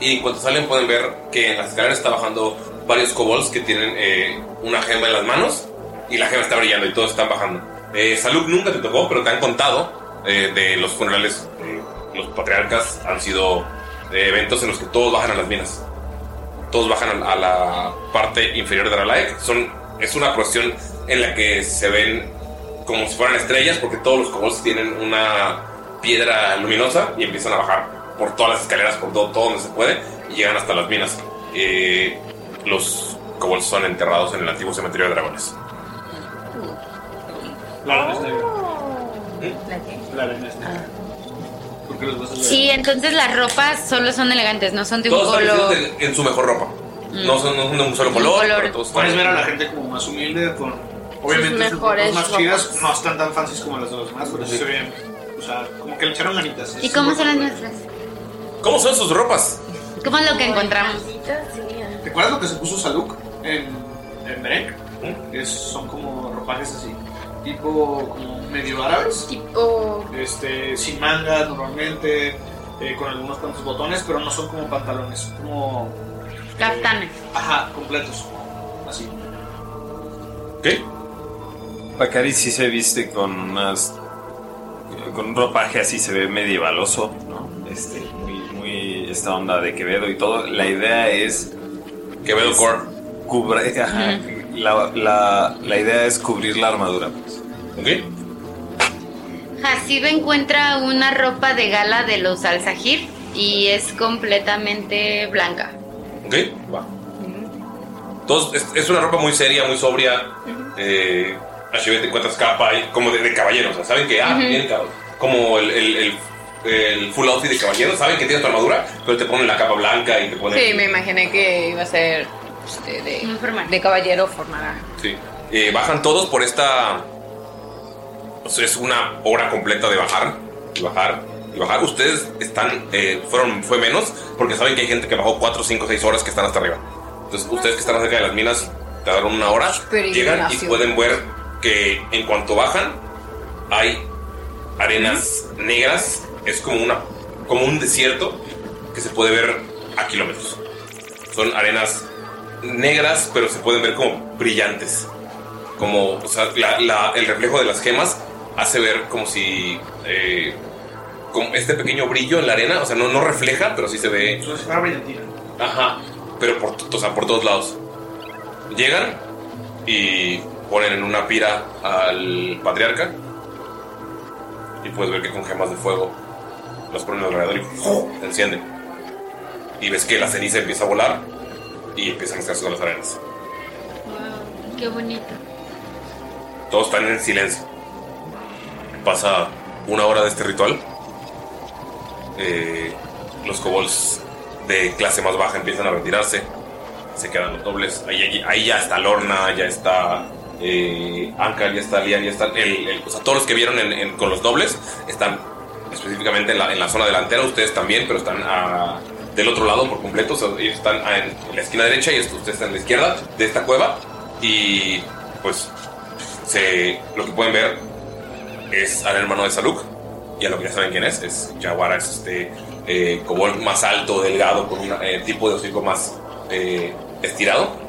S1: y cuando salen pueden ver que en las escaleras está bajando varios kobolds que tienen eh, una gema en las manos y la gema está brillando y todos están bajando. Eh, Salud nunca te tocó, pero te han contado eh, de los funerales. eh, los patriarcas han sido eh, eventos en los que todos bajan a las minas. Todos bajan a, a la parte inferior de la laica. Son, es una procesión en la que se ven como si fueran estrellas porque todos los kobolds tienen una piedra luminosa y empiezan a bajar por todas las escaleras, por todo, todo donde se puede y llegan hasta las minas. Eh, los kobolds son enterrados en el antiguo cementerio de dragones.
S2: La arena es negra.
S16: Oh.
S2: ¿La qué? Ah. La arena es negra. ¿Por qué los vas a ver?
S4: Y entonces las ropas solo son elegantes, no son de un
S1: Todos están
S4: color.
S1: vestidos en, en su mejor ropa.
S4: Mm.
S1: No son, no son de un solo color, pero todos están-
S2: Puedes ver a la gente como más humilde, con. Obviamente, sus
S11: mejores
S2: ropas más
S11: ropas.
S2: chidas no están tan fancies como las de los demás, pero sí se ven. O sea, como que le echaron ganitas.
S4: ¿Y cómo son las nuestras?
S1: ¿Cómo son sus ropas?
S4: ¿Cómo es lo que encontramos?
S2: ¿Te acuerdas lo que se puso Saluk en, en Berek?
S1: ¿Mm?
S2: Es- son como ropajes así, tipo como medio árabes.
S1: Oh.
S11: Tipo.
S2: Este, sin mangas normalmente, eh, con algunos cuantos botones, pero no son como pantalones, son como. eh,
S4: Caftanes.
S2: Ajá, completos. Así.
S1: ¿Qué?
S7: Bacari sí se viste con unas. con un ropaje así, se ve medievaloso, ¿no? Este, muy, muy esta onda de Quevedo y todo, la idea es...
S1: Quevedo
S7: Core. la, la- la idea es cubrir la armadura. pues.
S1: ¿Ok?
S4: Hasib encuentra una ropa de gala de los Alzajir y es completamente blanca.
S1: Ok, va. Todos- es, es una ropa muy seria, muy sobria. Eh, Ashibet te encuentras capa y- como de, de caballero. O sea, saben que, ah,
S7: Ujú.
S1: tiene cab- como el, el- el- el full outfit de caballero. Saben que tiene tu armadura, pero te ponen la capa blanca y te ponen.
S16: Sí, me imaginé que iba a ser este, de, de caballero formal.
S1: Sí. Eh, bajan todos por esta. o sea, es una hora completa de bajar y bajar y bajar. Ustedes están. eh, fueron, fue menos porque saben que hay gente que bajó 4, 5, 6 horas que están hasta arriba. Entonces, ustedes que están cerca de las minas, tardaron una hora.
S16: Pero
S1: Llegan y
S16: Ignacio.
S1: pueden ver que en cuanto bajan, hay arenas negras. Es como, una, como un desierto que se puede ver a kilómetros. Son arenas negras, pero se pueden ver como brillantes. Como, o sea, la- la- el reflejo de las gemas hace ver como si. eh, como este pequeño brillo en la arena, o sea, no, no refleja, pero sí se ve.
S10: Una brillantina.
S1: Ajá, pero por, to- o sea, por todos lados. Llegan y ponen en una pira al patriarca. Y puedes ver que con gemas de fuego las ponen alrededor y ¡fu! se encienden. Y ves que la ceniza empieza a volar y empieza a mezclarse con las arenas.
S4: Qué bonito.
S1: Todos están en silencio. Pasa una hora de este ritual. Eh, los kobolds de clase más baja empiezan a retirarse. Se quedan los dobles. Ahí, ahí- ahí ya está Lorna, ya está eh, Ankar, ya está Lian, ya está. El, el- o sea, todos los que vieron en- en- con los dobles están específicamente en la, en la zona delantera. Ustedes también, pero están a- del otro lado por completo. O sea, ellos están a- en, la esquina derecha y ustedes están en la izquierda de esta cueva. Y pues se, lo que pueden ver es al hermano de Saluk. Ya lo que ya saben quién es, es Jawara, es este eh, kobold más alto, delgado, con un eh, tipo de hocico más eh, estirado.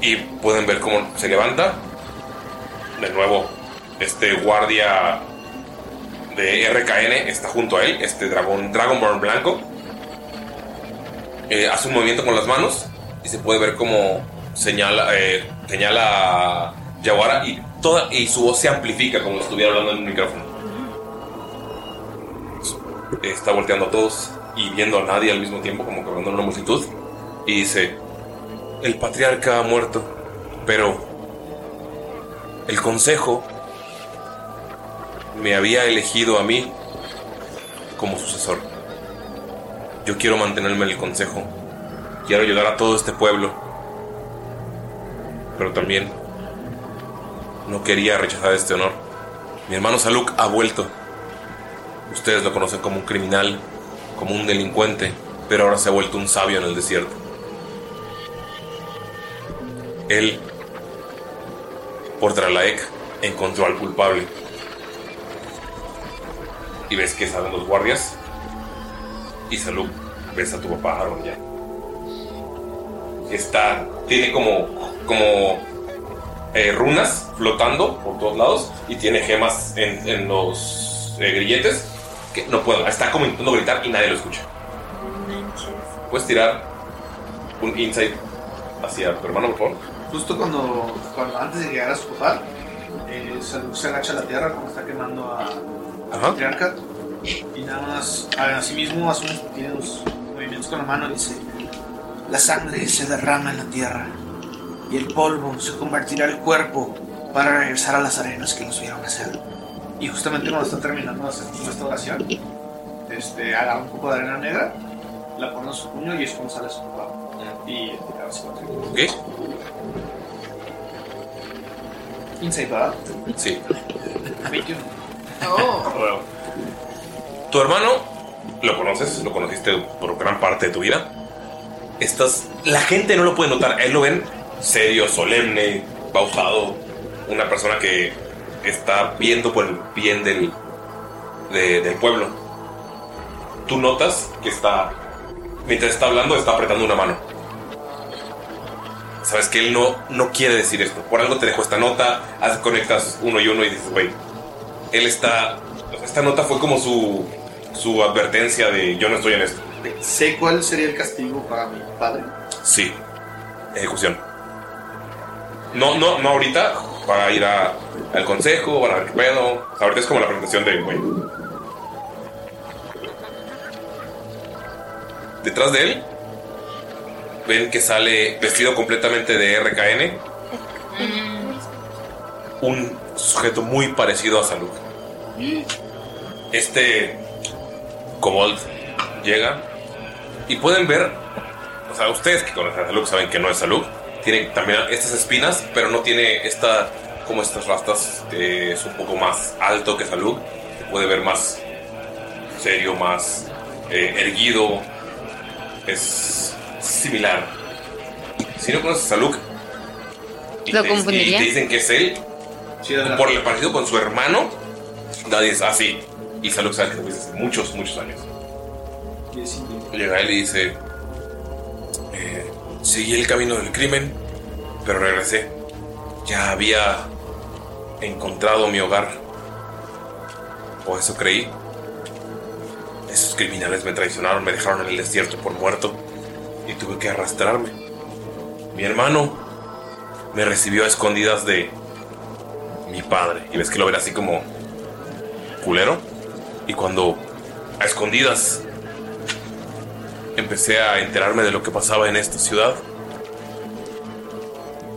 S1: Y pueden ver cómo se levanta. De nuevo, este guardia de RKN está junto a él, este dragón, Dragonborn blanco. Eh, hace un movimiento con las manos y se puede ver cómo señala, eh, señala a Jawara y, toda, y su voz se amplifica como si estuviera hablando en un micrófono. Está volteando a todos y viendo a nadie al mismo tiempo, como que hablando en una multitud. Y dice: El patriarca ha muerto, pero el consejo me había elegido a mí como sucesor. Yo quiero mantenerme en el consejo. Quiero ayudar a todo este pueblo. Pero también no quería rechazar este honor. Mi hermano Saluk ha vuelto. Ustedes lo conocen como un criminal, como un delincuente, pero ahora se ha vuelto un sabio en el desierto. Él, por Dralaek, encontró al culpable. Y ves que salen los guardias y salud, ves a tu papá Aaron ya. Está, tiene como, como eh, runas flotando por todos lados y tiene gemas en, en los eh, grilletes que no puedo, está como intentando gritar y nadie lo escucha. Puedes tirar un insight hacia tu hermano, por favor.
S10: Justo cuando, cuando antes de llegar a su papá, eh, Salud se agacha a la tierra cuando está quemando a, a
S1: Ajá.
S10: patriarca. Y nada más, a, a sí mismo hace unos pequeños movimientos con la mano y dice: La sangre se derrama en la tierra y el polvo se convertirá en cuerpo para regresar a las arenas que nos vieron hacer. Y justamente cuando está terminando de hacer esta oración, este, agarra un poco de arena negra, la pone en su puño y es cuando sale su papá. Y este, a ver si lo tengo.
S1: ¿Ok?
S10: Insight, ¿verdad?
S1: Sí.
S10: 21.
S1: Tu hermano, lo conoces, lo conociste por gran parte de tu vida. Estás, la gente no lo puede notar, a él lo ven serio, solemne, pausado, una persona que está viendo por el bien del, de- del pueblo. Tú notas que está, mientras está hablando, está apretando una mano. Sabes que él no, no quiere decir esto. Por algo te dejó esta nota, haz- conectas uno y uno y dices, güey, él está. Esta nota fue como su, su advertencia de yo no estoy en esto.
S10: Sé cuál sería el castigo para mi padre.
S1: Sí. Ejecución. No, no, no ahorita. Para ir a- al consejo, van a ver qué pedo. Ahorita es como la presentación de güey. Detrás de él, ven que sale vestido completamente de RKN un sujeto muy parecido a Salud. Este Kobold llega y pueden ver, o sea, ustedes que conocen a Saluk saben que no es Saluk, tiene también estas espinas, pero no tiene esta, como estas rastas, eh, es un poco más alto que Saluk, se puede ver más serio, más eh, erguido, es similar. Si no conoces a Saluk y,
S16: Lo
S1: te,
S16: confundiría.
S1: y te dicen que es él, por el parecido con su hermano, nadie es así. Y Saluk sabe que lo viste hace pues, muchos, muchos años. Llega él y dice: eh, Seguí el camino del crimen, pero regresé. Ya había encontrado mi hogar. O eso creí. Esos criminales me traicionaron, me dejaron en el desierto por muerto y tuve que arrastrarme. Mi hermano me recibió a escondidas de mi padre. Y ves que lo ven así como culero. Y cuando a escondidas empecé a enterarme de lo que pasaba en esta ciudad,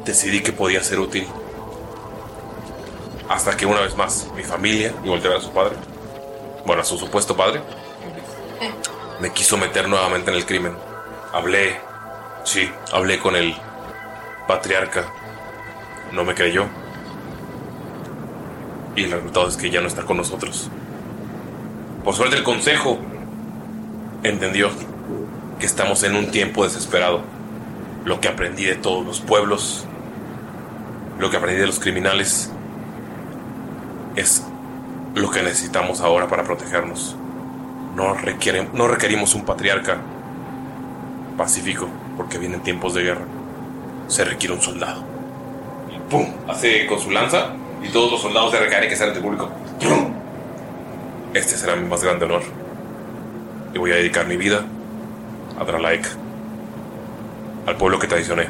S1: decidí que podía ser útil. Hasta que una vez más mi familia, y volteé a ver a su padre, bueno, a su supuesto padre, me quiso meter nuevamente en el crimen. Hablé, sí, hablé con el patriarca. No me creyó. Y el resultado es que ya no está con nosotros. Por suerte el consejo entendió que estamos en un tiempo desesperado. Lo que aprendí de todos los pueblos, lo que aprendí de los criminales, es lo que necesitamos ahora para protegernos. No, requiere- no requerimos un patriarca pacífico, porque vienen tiempos de guerra. Se requiere un soldado. Y ¡pum! Hace con su lanza y todos los soldados de RKN que salen del público. ¡pum! Este será mi más grande honor. Y voy a dedicar mi vida a Dralaek, al pueblo que traicioné.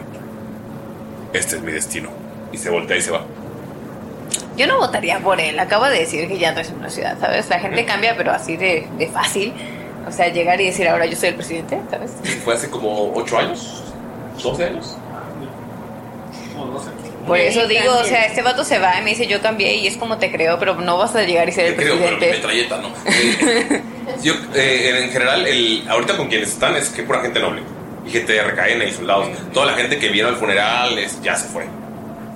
S1: Este es mi destino. Y se voltea y se va.
S16: Yo no votaría por él. Acaba de decir que ya no es una ciudad, ¿sabes? La gente cambia, pero así de, de fácil. O sea, llegar y decir ahora yo soy el presidente, ¿sabes?
S1: Fue hace como 8 años, 12 años.
S16: Por eso digo, o sea, este vato se va y me dice yo cambié y es como te creo, pero no vas a llegar y ser el
S1: Creo, pero
S16: presidente.
S1: metralleta, ¿no? Eh, yo, eh, en general, el, ahorita con quienes están es que pura gente noble. Y gente de RKN y soldados. Toda la gente que vino al funeral es- ya se fue.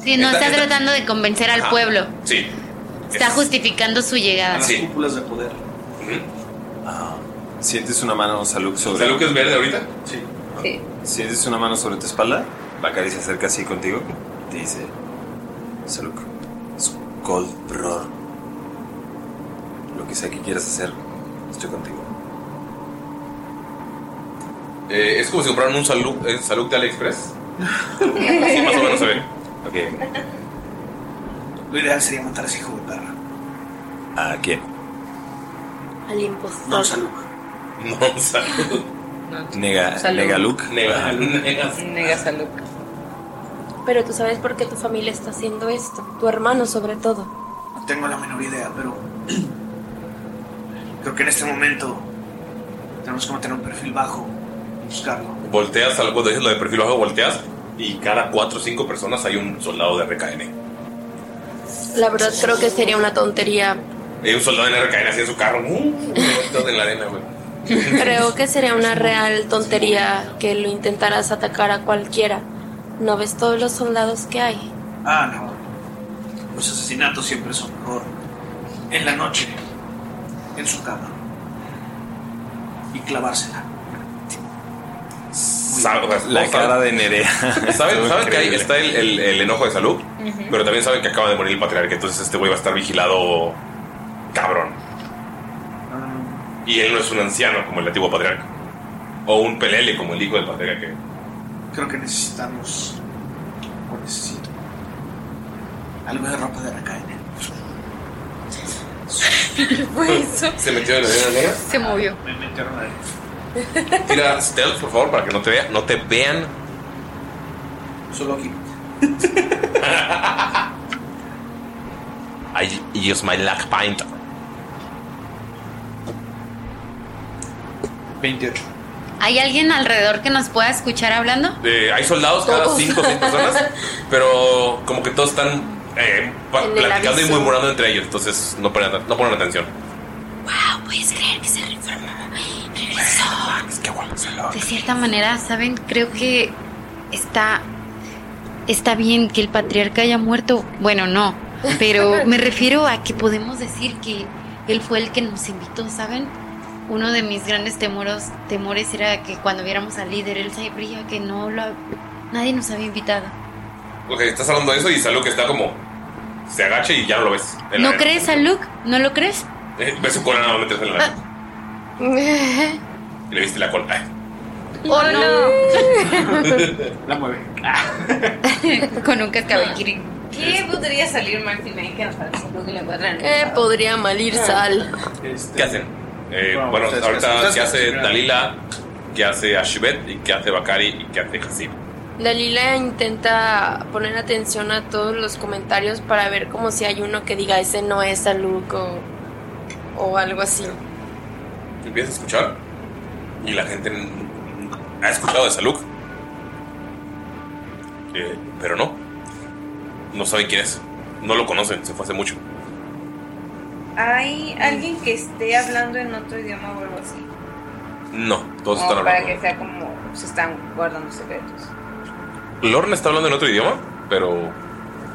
S4: Sí, no
S1: Está-
S4: está,
S1: está-
S4: tratando de convencer al
S1: Ajá.
S4: pueblo.
S1: Sí.
S4: Está justificando su llegada.
S1: cúpulas de poder.
S7: Ah, ¿Sientes una mano, Saluk, sobre.
S1: ¿Saluk es verde ahorita?
S7: Sí.
S16: Sí.
S7: ¿Sientes una mano sobre tu espalda? Bacari se acerca así contigo. Te dice: Saluk, Skullbror. Lo que sea que quieras hacer, estoy contigo.
S1: Eh, es como si compraran un Saluk, eh, Saluk de AliExpress. Sí, más o menos se ve.
S7: Ok.
S2: Lo ideal sería matar a ese hijo de perra.
S7: ¿A quién?
S11: Al impostor.
S2: No, salud.
S1: No, salud.
S7: Nega,
S11: Saluk.
S7: Negaluk.
S1: Nega,
S16: Negas a Luke.
S11: Pero tú sabes por qué tu familia está haciendo esto. Tu hermano, sobre todo.
S2: No tengo la menor idea, pero creo que en este momento tenemos que mantener un perfil bajo, buscarlo.
S1: Volteas, al- cuando dices lo de perfil bajo, volteas. Y cada 4 o 5 personas hay un soldado de RKN.
S11: La verdad, creo que sería una tontería.
S1: Hay un soldado en RKN así en su carro. ¡uh! Todo en la arena, güey.
S11: Creo que sería una real tontería que lo intentaras atacar a cualquiera. ¿No ves todos los soldados que hay?
S2: Ah, no. Los asesinatos siempre son mejor. En la noche, en su cama. Y clavársela.
S1: Sa- o sea,
S7: La
S1: no saben-
S7: cara de Nerea.
S1: Saben, saben que ahí
S7: Increíble.
S1: está el, el- el enojo de salud, pero también saben que acaba de morir el patriarca, entonces este güey va a estar vigilado cabrón. Y él no es un anciano como el antiguo patriarca. O un pelele como el hijo del patriarca que
S2: Creo que necesitamos, o necesito, algo de ropa de la cadena.
S16: ¿Qué fue eso?
S1: se metió en la arena negra.
S16: Se movió.
S2: Me metieron ahí.
S1: Tira stealth, por favor, para que no te vean. No te vean.
S2: Solo aquí.
S1: I use my luck pint.
S2: 28.
S4: ¿Hay alguien alrededor que nos pueda escuchar hablando?
S1: Eh, hay soldados cada
S4: Todos.
S1: 5 o 6 personas, pero como que todos están eh, pa-
S4: En el
S1: platicando y
S4: aviso.
S1: murmurando entre ellos, entonces no ponen, no ponen atención.
S4: Wow, puedes creer que se reformó.
S1: Es que guapo, se lo-
S4: De cierta manera, ¿saben? Creo que está. Está bien que el patriarca haya muerto. Bueno, no. Pero me refiero a que podemos decir que él fue el que nos invitó, ¿saben? Uno de mis grandes temoros, temores era que cuando viéramos al líder, él sabría que no lo. ha- Nadie nos había invitado.
S1: Ok, estás hablando de eso y Salud que está como. Se agacha y ya no lo ves. en la
S4: ¿No
S1: arena.
S4: crees a Luke? ¿No lo crees?
S1: Eh, Ves su cola nada más meterse en la arena.
S4: Oh,
S1: Y le viste la cola. Ay.
S4: no.
S2: La mueve.
S1: Ah,
S4: Con un cascabelquiri.
S3: ¿Qué podría salir mal si me dicen que nos parece un poco que lo encuentran?
S4: Eh,
S3: podría malir
S11: Ah.
S3: sal.
S1: ¿Qué hacen? Eh, bueno,
S17: ustedes,
S1: ahorita,
S17: ustedes,
S1: ¿qué hace
S17: ustedes.
S1: Dalila? ¿Qué hace Ashibet? ¿Y qué hace Bakari? ¿Y qué hace Hasib?
S6: Dalila intenta poner atención a todos los comentarios para ver como si hay uno que diga ese no es Aluk o, o algo así.
S1: Empiezas a escuchar y la gente n- ha escuchado de Saluk. Eh, pero no. No saben quién es. No lo conocen, se fue hace mucho.
S18: ¿Hay alguien que esté hablando en otro idioma o algo así?
S1: No, todos
S18: Como
S1: están
S18: Oh, para
S1: hablando.
S18: que sea como se están guardando secretos.
S1: Lorne está hablando en otro idioma, pero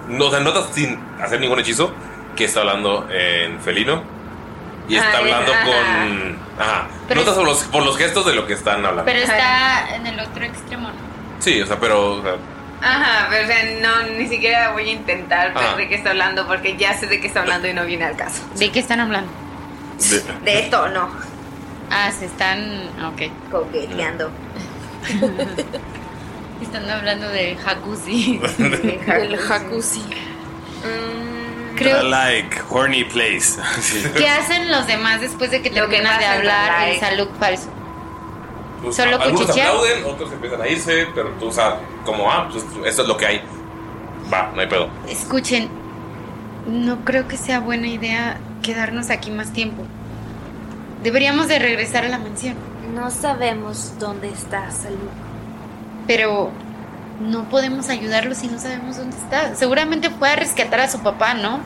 S1: no se nota sin hacer ningún hechizo que está hablando en felino y está
S4: Ah,
S1: hablando
S4: ajá.
S1: con. Ajá. Notas por los, por los gestos de lo que están hablando.
S4: Pero está Ah, en el otro extremo, ¿no?
S1: Sí, o sea, pero. o sea,
S3: Ajá, pero o sea, no, ni siquiera voy a intentar ver
S1: Ajá.
S3: de qué está hablando porque ya sé de qué está hablando y no viene al caso.
S4: ¿De qué están hablando?
S1: de-
S3: De esto no.
S4: Ah, se están. Ok.
S3: Coqueteando.
S4: Están hablando de jacuzzi.
S6: El jacuzzi.
S4: Creo-
S17: I like horny place.
S4: ¿Qué hacen los demás después de que terminan de
S3: pasa en
S4: hablar
S3: Bandai.
S4: el salud falso?
S1: pues,
S4: Solo
S1: algunos
S4: cuchichean.
S1: aplauden, otros empiezan a irse, pero tú, o sea, como, ah, pues esto es lo que hay. Va, no hay pedo.
S4: Escuchen, no creo que sea buena idea quedarnos aquí más tiempo. Deberíamos de regresar a la mansión.
S9: No sabemos dónde está Salud.
S4: Pero no podemos ayudarlo si no sabemos dónde está. Seguramente fue a rescatar a su papá, ¿no?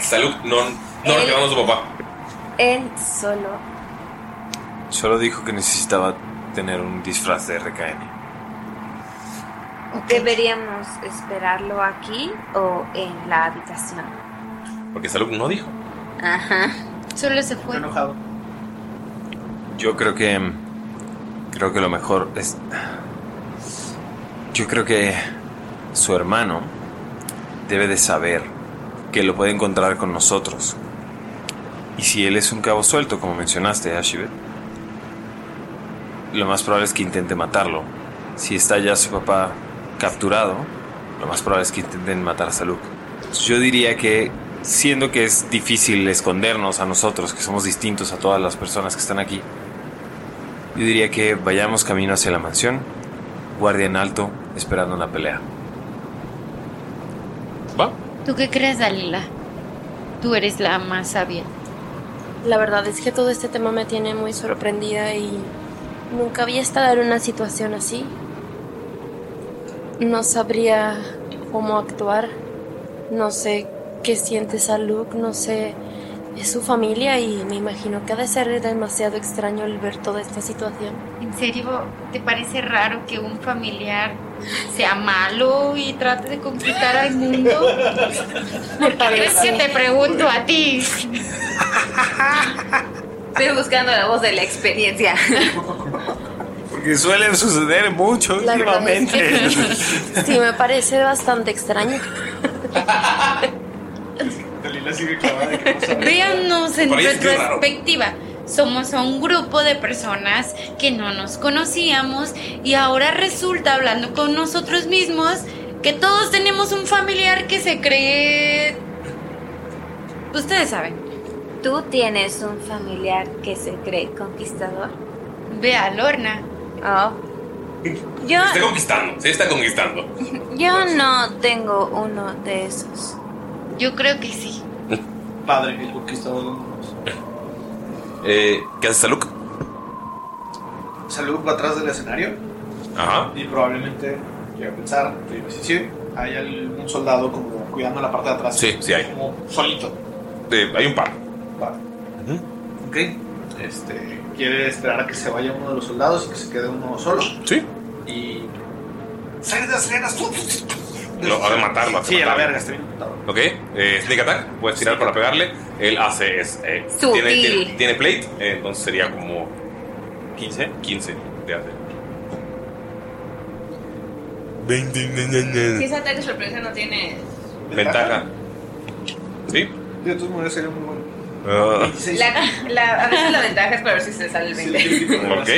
S1: Salud, no, no le quedamos a su papá.
S9: Él solo.
S7: Solo dijo que necesitaba tener un disfraz de RKN.
S9: ¿Deberíamos esperarlo aquí o en la habitación?
S1: Porque Salud no dijo.
S9: Ajá.
S4: Solo se fue.
S2: Enojado.
S7: Yo creo que. Creo que lo mejor es. Yo creo que su hermano debe de saber que lo puede encontrar con nosotros. Y si él es un cabo suelto, como mencionaste, Ashibet, lo más probable es que intente matarlo. Si está ya su papá capturado, lo más probable es que intenten matar a Saluk. Yo diría que, siendo que es difícil escondernos a nosotros, que somos distintos a todas las personas que están aquí, yo diría que vayamos camino hacia la mansión, guardia en alto, esperando una pelea.
S4: ¿Tú qué crees, Dalila? Tú eres la más sabia.
S6: La verdad es que todo este tema me tiene muy sorprendida y nunca había estado en una situación así. No sabría cómo actuar. No sé qué siente Saluk, no sé. Es su familia y me imagino que ha de ser demasiado extraño el ver toda esta situación.
S4: ¿En serio te parece raro que un familiar sea malo y trate de conquistar al mundo? ¿Por qué crees que te pregunto a ti?
S3: Estoy buscando la voz de la experiencia.
S7: Porque suele suceder mucho
S6: La verdad es que-
S7: últimamente.
S6: Sí, me parece bastante extraño.
S19: Dalila sigue clavada de que no sabe.
S4: Véannos en
S19: Por ahí es que es raro.
S4: retrospectiva. Somos un grupo de personas que no nos conocíamos y ahora resulta hablando con nosotros mismos que todos tenemos un familiar que se cree... Ustedes saben.
S9: ¿Tú tienes un familiar que se cree conquistador?
S4: Ve a Lorna.
S20: Oh.
S21: Yo,
S1: Está conquistando, se está conquistando.
S21: yo no tengo uno de esos.
S4: Yo creo que sí.
S2: Padre, el conquistador de Honduras.
S1: Eh, ¿Qué hace Saluk?
S2: Salud va atrás del escenario
S1: Ajá.
S2: y probablemente llega a pensar, digo, sí, sí, hay algún soldado como cuidando la parte de atrás.
S1: Sí, sí hay.
S2: Como solito.
S1: Eh, hay un par.
S2: Va. Ok. Este, quiere esperar a que se vaya uno de los soldados y que se quede uno solo.
S1: Sí.
S2: Y. ¡Sale de las sirenas! ¡Tú!
S1: Lo, ha de matarlo. ha de
S2: Sí, a la
S1: matarlo.
S2: verga, este está bien.
S1: Ok, eh, Sneak Attack, puedes tirar para pegarle. Él hace. Es, eh,
S2: Sutil.
S1: tiene, tiene- tiene plate, eh, entonces sería como. ¿15? 15 de hace. 20.
S3: Si es ataque sorpresa, no tiene.
S1: Ventaja. ¿Sí?
S2: De todas maneras sería muy bueno.
S1: Ah.
S3: La, la- a veces la ventaja es para ver si se sale el 20.
S1: Ok,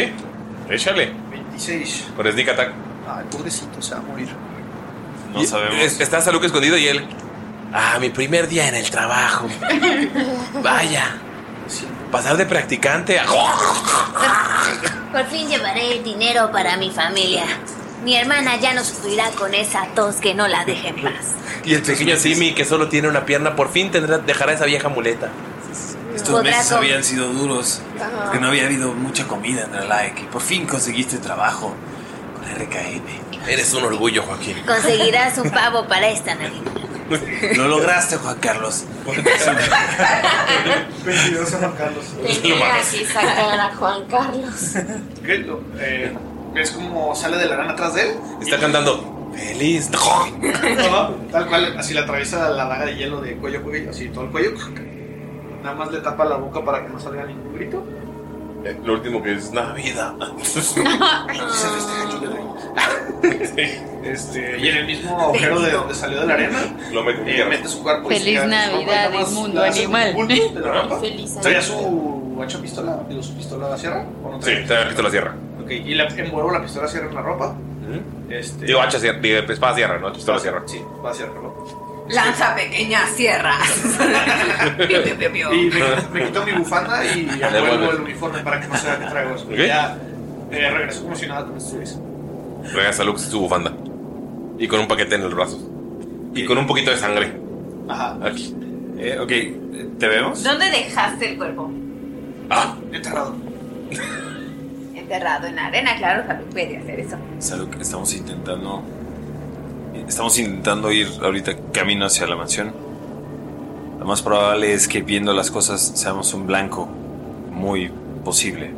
S1: échale.
S2: 26.
S1: Con Sneak Attack.
S2: Ay, Ah, pobrecito, se va a morir.
S1: No sabemos. Está Saluk escondido y él. Ah, mi primer día en el trabajo. Vaya. Pasar de practicante a.
S20: Por fin llevaré el dinero para mi familia. Mi hermana ya no sufrirá con esa tos que no la deje en paz.
S1: Y el pequeño Simi, que solo tiene una pierna, por fin tendrá, dejará esa vieja muleta.
S20: Podrá
S7: Estos meses
S20: com-
S7: habían sido duros, porque no había habido mucha comida en el like y por fin conseguiste trabajo con RKM.
S1: Eres un orgullo, Joaquín.
S20: Conseguirás un pavo para esta Navidad.
S7: Lo lograste, Juan Carlos.
S2: 22 a Juan Carlos.
S6: Aquí sacan a Juan Carlos.
S2: Ok, lo- eh, ¿Ves cómo sale de la lana atrás de él?
S1: Está cantando. Feliz.
S2: Ajá, Tal cual, así le atraviesa la daga de hielo de cuello a cuello, así todo el cuello. Nada más le tapa la boca para que no salga ningún grito.
S1: Eh, Lo último que es Navidad.
S2: Se festeja el Día del Rey. este, y en el mismo agujero de donde salió de la arena,
S1: Lo
S2: ella mete su cuerpo y se
S4: Feliz
S2: queda en su cuerpo,
S4: Navidad,
S2: nada más
S4: el mundo
S2: la hace como
S4: animal.
S2: un bulto de la rampa.
S4: Feliz
S2: ¿Traía
S4: Navidad.
S2: su hacha pistola? ¿Digo, su pistola de sierra? ¿O no
S1: Sí,
S2: traía?
S1: te quito la sierra.
S2: Ok, y la envuelvo la pistola sierra en la ropa. Este,
S1: Digo, ah, hacha sierra, digo, espada sierra, ¿no? Pistola sierra.
S2: Sí, va a sierra, ¿no?
S22: Lanza pequeña sierra. Piu, piu, piu, piu.
S2: Y me, me quito mi bufanda y envuelvo
S1: Devuelve.
S2: el uniforme para que no se vea que traigo eso.
S1: Ok.
S2: Y Ya eh, regreso como si nada como estuviese.
S1: Regresa Lux su bufanda. Y con un paquete en el brazo. Y con un poquito de sangre.
S2: Ajá.
S1: Aquí. Eh,
S23: ok, ¿te vemos?
S3: ¿Dónde dejaste el cuerpo?
S1: Ah,
S2: enterrado.
S3: Enterrado en la arena, claro, Salud puede hacer eso.
S23: Salud, estamos intentando. Estamos intentando ir ahorita camino hacia la mansión. Lo más probable es que viendo las cosas seamos un blanco. Muy posible.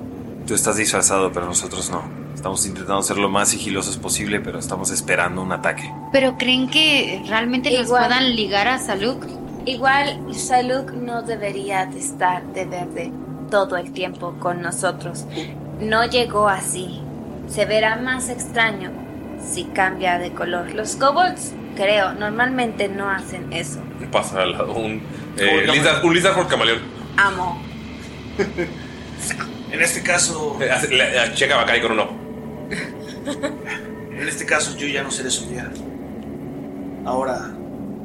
S23: Tú estás disfrazado, pero nosotros no. Estamos intentando ser lo más sigilosos posible, pero estamos esperando un ataque.
S4: Pero creen que realmente los puedan ligar a Saluk.
S9: Igual Saluk no debería de estar de verde todo el tiempo con nosotros. No llegó así. Se verá más extraño si cambia de color. Los kobolds, creo, normalmente no hacen eso.
S1: pasa al lado. Un, eh, lizard, un lizard por camaleón.
S9: Amo.
S2: En este caso.
S1: Eh, hace- le- le- Checa a Bakari con uno.
S2: En este caso yo ya no seré su guía. Ahora.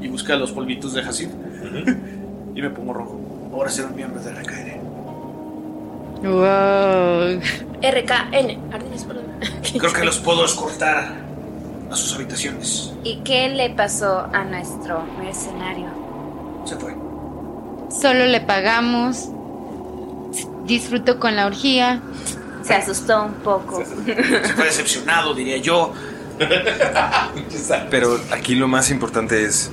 S2: Y busca los polvitos de Hasib. y me pongo rojo. Ahora seré un miembro de RKN.
S4: Wow.
S6: RKN, Ardillas, perdón.
S2: Creo que los puedo escortar a sus habitaciones.
S9: ¿Y qué le pasó a nuestro mercenario?
S2: Se fue.
S4: Solo le pagamos. Disfruto con la orgía.
S9: Se asustó un poco.
S2: Se fue decepcionado, diría yo.
S7: Pero aquí lo más importante es.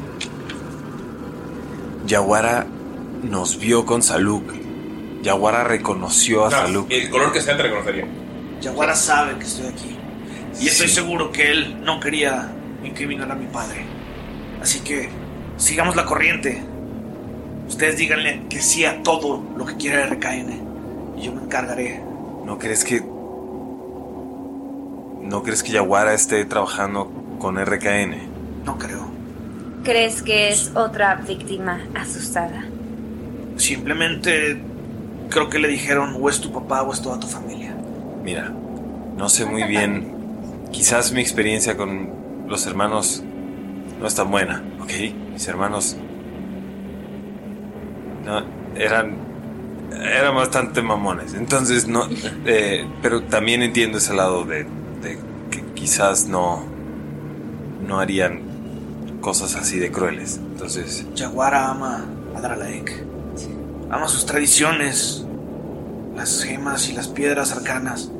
S7: Yaguara nos vio con Saluk. Yaguara reconoció a
S1: Ah,
S7: Saluk.
S2: eh,
S1: el color que sea te reconocería.
S2: Yaguara sabe que estoy aquí. Y estoy seguro que él no quería incriminar a mi padre. Así que sigamos la corriente. Ustedes díganle que sí a todo lo que quiera RKN. Y yo me encargaré.
S7: ¿No crees que. ¿No crees que Yaguara esté trabajando con RKN?
S2: No creo.
S9: ¿Crees que es otra víctima asustada?
S2: Simplemente creo que le dijeron o es tu papá o es toda tu familia.
S7: Mira, no sé muy bien. Quizás mi experiencia con los hermanos no es tan buena, ¿ok? Mis hermanos. No, eran
S5: eran bastante mamones. Entonces, no. eh, pero también entiendo ese lado de, de que quizás no. No harían cosas así de crueles. Entonces,
S2: Yaguara ama a Dralaek. Ama sus tradiciones, las gemas y las piedras arcanas.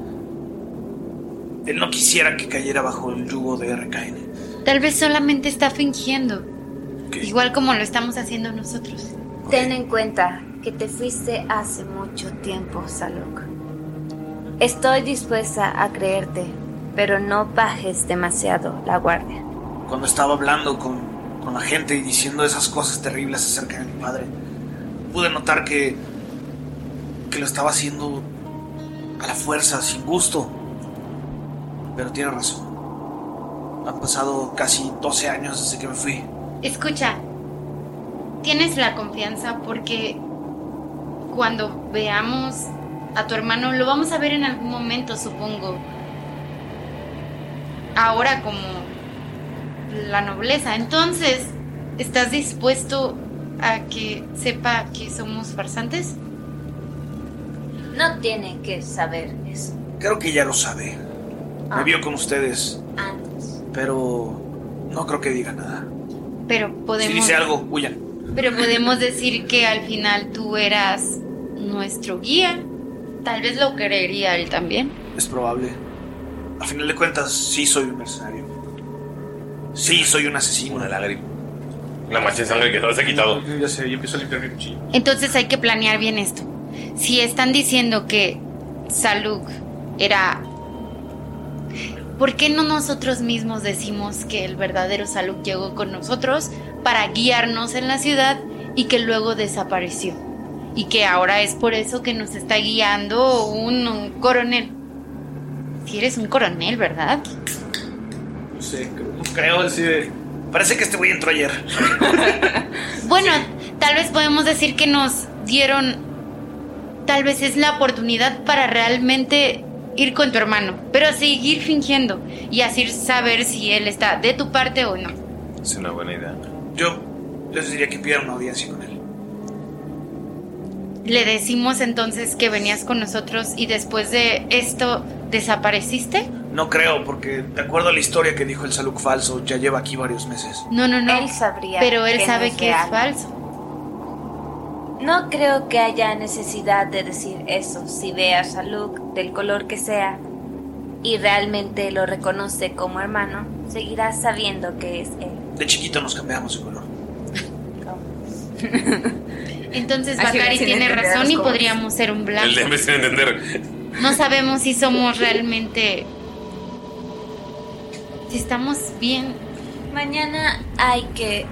S2: Él no quisiera que cayera bajo el yugo de RKN.
S4: Tal vez solamente está fingiendo. Igual como lo estamos haciendo nosotros.
S9: Ten en cuenta que te fuiste hace mucho tiempo, Saluk. Estoy dispuesta a creerte, pero no bajes demasiado la guardia.
S2: Cuando estaba hablando con, con la gente y diciendo esas cosas terribles acerca de mi padre, pude notar que, que lo estaba haciendo a la fuerza, sin gusto. Pero tiene razón. Han pasado casi 12 años desde que me fui.
S4: Escucha, tienes la confianza porque cuando veamos a tu hermano, lo vamos a ver en algún momento, supongo. Ahora como la nobleza. Entonces, ¿estás dispuesto a que sepa que somos farsantes?
S9: No tiene que saber eso.
S2: Creo que ya lo sabe. Me vio con ustedes, pero no creo que diga nada.
S4: Pero
S2: Si
S4: podemos...
S2: dice algo, huyan.
S4: Pero podemos decir que al final tú eras nuestro guía. Tal vez lo creería él también.
S2: Es probable. A final de cuentas, sí soy un mercenario. Sí, soy un asesino. Una
S1: lágrima. La mancha de sangre que se ha quitado.
S10: Yo ya sé, yo empiezo a limpiar mi cuchillo.
S4: Entonces hay que planear bien esto. Si están diciendo que Saluk era... ¿Por qué no nosotros mismos decimos que el verdadero Saluk llegó con nosotros para guiarnos en la ciudad y que luego desapareció? Y que ahora es por eso que nos está guiando un, un coronel. Si eres un coronel, ¿verdad?
S10: No sé, creo.
S2: Creo, así de- Parece que este güey entró ayer.
S4: Bueno, tal vez podemos decir que nos dieron, tal vez es la oportunidad para realmente ir con tu hermano, pero seguir fingiendo y así saber si él está de tu parte o no.
S5: es una buena idea.
S2: Yo les diría que pidan una audiencia con él.
S4: Le decimos entonces que venías con nosotros y después de esto desapareciste.
S2: No creo, porque de acuerdo a la historia que dijo el Saluk falso, ya lleva aquí varios meses.
S4: No, no, no.
S9: Él sabría.
S4: Pero él
S9: que
S4: sabe
S9: no
S4: que es
S9: real.
S4: falso.
S9: No creo que haya necesidad de decir eso si ve a Saluk del color que sea y realmente lo reconoce como hermano, seguirás sabiendo que es él.
S2: De chiquito nos cambiamos de color.
S4: Entonces
S9: Así
S4: Bakari
S9: sin
S4: tiene
S9: entender
S4: razón
S9: las
S4: y
S9: cosas.
S4: podríamos ser un
S1: El
S4: blanco.
S1: DM sin entender.
S4: No sabemos si somos realmente... Si estamos bien
S9: Mañana hay que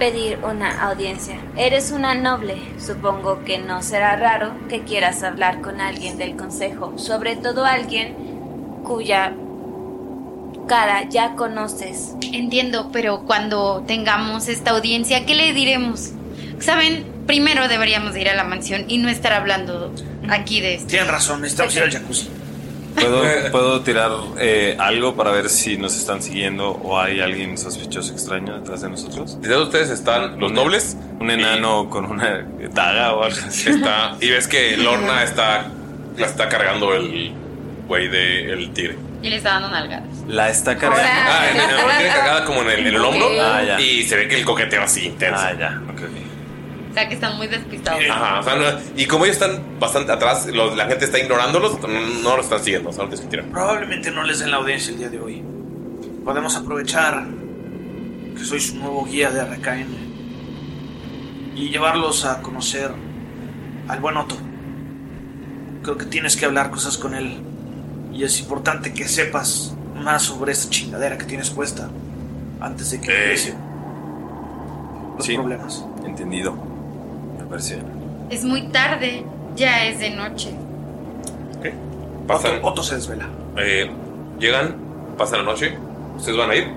S9: pedir una audiencia. Eres una noble, supongo que no será raro que quieras hablar con alguien del consejo, sobre todo alguien cuya cara ya conoces.
S4: Entiendo, pero cuando tengamos esta audiencia, ¿qué le diremos? Saben, primero deberíamos de ir a la mansión y no estar hablando aquí de esto.
S2: Tienen razón, necesitamos ir al jacuzzi.
S5: ¿Puedo, puedo tirar eh, algo para ver si nos están siguiendo o hay alguien sospechoso extraño detrás de nosotros?
S1: Detrás de ustedes están los nobles.
S5: Un enano con una daga o algo así.
S1: Está, y ves que Lorna está. La está cargando el güey del tigre.
S4: Y le está dando nalgadas.
S5: La está cargando.
S1: Ah, en el, la tiene cargada como en el, en el hombro.
S4: Ok. Ah, ya.
S1: Y se ve que el coqueteo así intenso.
S5: Ah, ya,
S4: O sea, que están muy despistados.
S10: Eh,
S1: Ajá, o sea, no- y como ellos están bastante atrás, los- la gente está ignorándolos, no los están siguiendo, solo que tiran.
S2: Probablemente no les den la audiencia el día de hoy. Podemos aprovechar que soy su nuevo guía de RKN y llevarlos a conocer al buen Otto. Creo que tienes que hablar cosas con él y es importante que sepas más sobre esta chingadera que tienes puesta antes de que
S5: Eh.
S2: empiece los problemas.
S5: Entendido. Me parece bien.
S4: Es muy tarde, ya es de noche.
S1: Pasan,
S2: Otto se desvela.
S1: eh, llegan, pasa la noche. ¿Ustedes van a ir?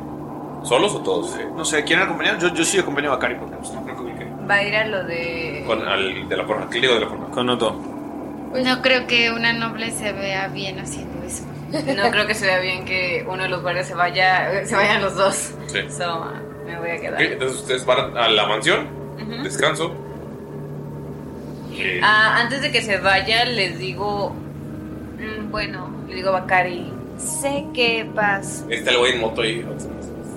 S1: ¿Solos o todos?
S10: No sé, ¿quieren acompañar? Yo, yo sí acompaño a Bakari porque pues, no creo que ubique.
S16: Va a ir a lo de.
S1: Con al de la forma, clínico de la forma.
S5: Con Otto.
S16: pues?
S4: No creo que una noble se vea bien haciendo eso.
S16: No creo que se vea bien que uno de los guardias se vaya. Se vayan los dos.
S1: Sí.
S16: So, me voy a
S1: Ok,
S16: quedar.
S1: entonces ustedes van a la mansión,
S16: Ujú.
S1: descanso. Eh,
S3: Ah, antes de que se vaya, les digo. mm, Bueno, le digo a Bakari. Sé que vas.
S1: Eh, Está el güey en moto ahí.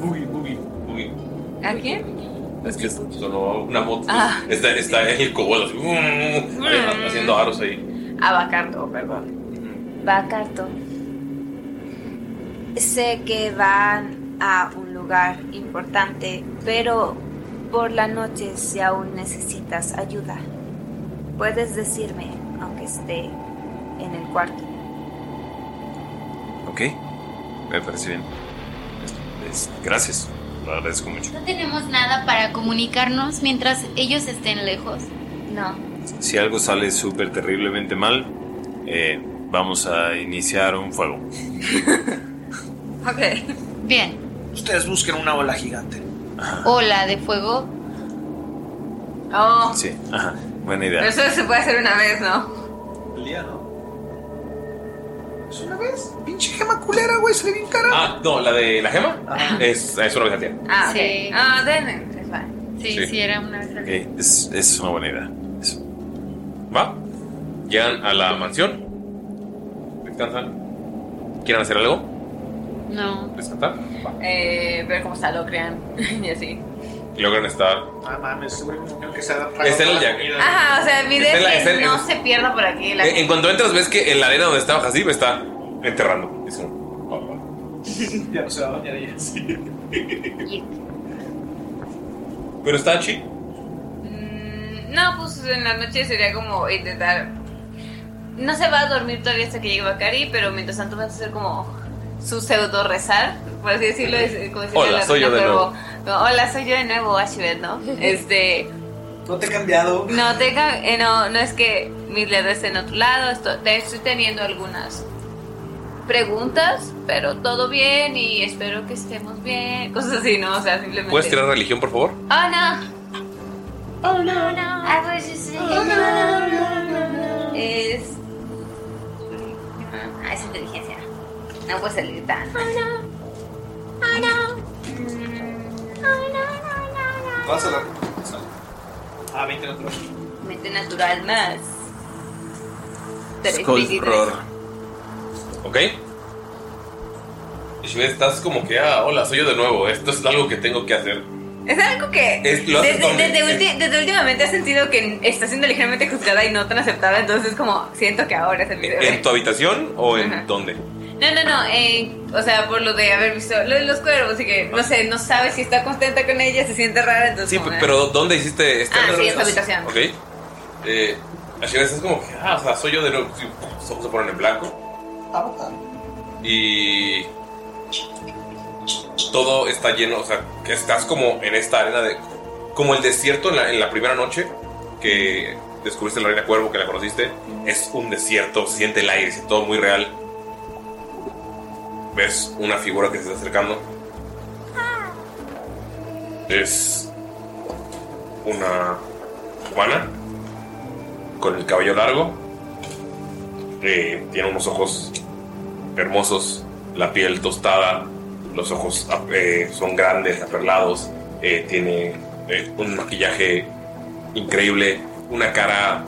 S1: Uy, uy, uy.
S3: ¿A quién?
S1: Es que sonó una moto.
S3: Ah.
S1: Está, está el cobol así, mm, mm, haciendo aros ahí.
S3: A Bacardo, perdón.
S9: Bacarto. Sé que van a un lugar importante, pero por la noche si aún necesitas ayuda, puedes decirme, aunque esté en el cuarto.
S5: Ok, me parece bien. Es- es- gracias, lo agradezco mucho.
S4: ¿No tenemos nada para comunicarnos mientras ellos estén lejos?
S9: No.
S5: Si algo sale súper terriblemente mal, eh, vamos a iniciar un fuego.
S4: Ok. Bien.
S2: Ustedes busquen una ola gigante.
S4: Ola de fuego.
S3: Oh,
S5: Sí, ajá, buena
S3: pero
S5: idea.
S3: eso se puede hacer una vez, ¿no?
S10: El día, ¿no? ¿Es una vez? Pinche gema culera, güey, se le bien cara.
S1: Ah, no, la de la gema es, es una vez al día.
S3: Ah,
S4: sí.
S3: Ah, denme. es va.
S4: Sí,
S1: Sí.
S4: sí, era una vez al
S5: Ok,
S4: día.
S5: es, es una buena idea. Eso.
S1: ¿Va? Llegan a la mansión. Descansan. ¿Quieren hacer algo?
S4: No.
S1: ¿Descansar?
S3: Eh, ver cómo está Locrian y así.
S1: Logran estar.
S10: Ah, mames, seguro que se da
S1: Está en el ya-
S3: Ajá, o sea, mi
S1: Está en la-
S3: idea es Eh,
S1: está
S3: que
S1: en-
S3: no se pierda por aquí. Ah, La
S1: En, en cuanto entras, ves que en la arena donde estaba Hasib está enterrando. Es como,
S10: Ya no se va a bañar ella.
S3: eh,
S1: Pero está chido.
S3: No, pues en la noche sería como intentar. No se va a dormir todavía hasta que llegue Bakari, pero mientras tanto vas a hacer como su pseudo rezar, por así decirlo. es- es como decirle
S1: Hola,
S3: a la
S1: soy yo
S3: reina
S1: de
S3: cuervo, no, Hola, soy yo de nuevo, Ashibet, ¿no? Este.
S2: No te he cambiado.
S3: No, tenga, eh, no, no es que mis letras estén en otro lado, esto- te- estoy teniendo algunas preguntas, pero todo bien y espero que estemos bien, cosas así, ¿no? O sea, simplemente.
S1: ¿Puedes tirar religión, por favor?
S3: Oh no.
S9: Oh no, no. I was just saying.
S3: Oh, no, Es. Ah, es inteligencia. No puede salir tan.
S9: Oh no.
S3: Mm.
S10: Vas a la. Ah, 20 natural.
S2: Pues
S3: Mente natural más. Tres,
S1: Skull
S3: 23.
S1: Roar. ¿Ok? Y si ves, estás como que, ah, hola, soy yo de nuevo. Esto es algo que tengo que hacer.
S3: Es algo que.
S1: Es- lo haces
S3: desde,
S1: con-
S3: desde ulti- desde últimamente has sentido que está siendo ligeramente juzgada y no tan aceptada, entonces como siento que ahora es el video.
S1: ¿En tu habitación o en dónde?
S3: No, no, no. eh, o sea, por lo de haber visto lo de los cuervos y que, no sé, no sabe si está contenta con ella, se siente rara, entonces.
S1: Sí,
S3: como, eh.
S1: pero ¿dónde hiciste este
S3: Ah, sí, en tu habitación.
S1: Ok. Eh, así ves, es como que, ah, o sea, soy yo de nuevo. Sí, Los ojos se ponen en blanco. Y. Todo está lleno, o sea, que estás como en esta arena de. Como el desierto en la, en la primera noche que descubriste la reina cuervo, que la conociste. Es un desierto, se siente el aire, se siente todo muy real. Ves una figura que se está acercando. Es una cubana con el cabello largo. Eh, tiene unos ojos hermosos, la piel tostada, los ojos eh, son grandes, aperlados, eh, tiene eh, un maquillaje increíble, una cara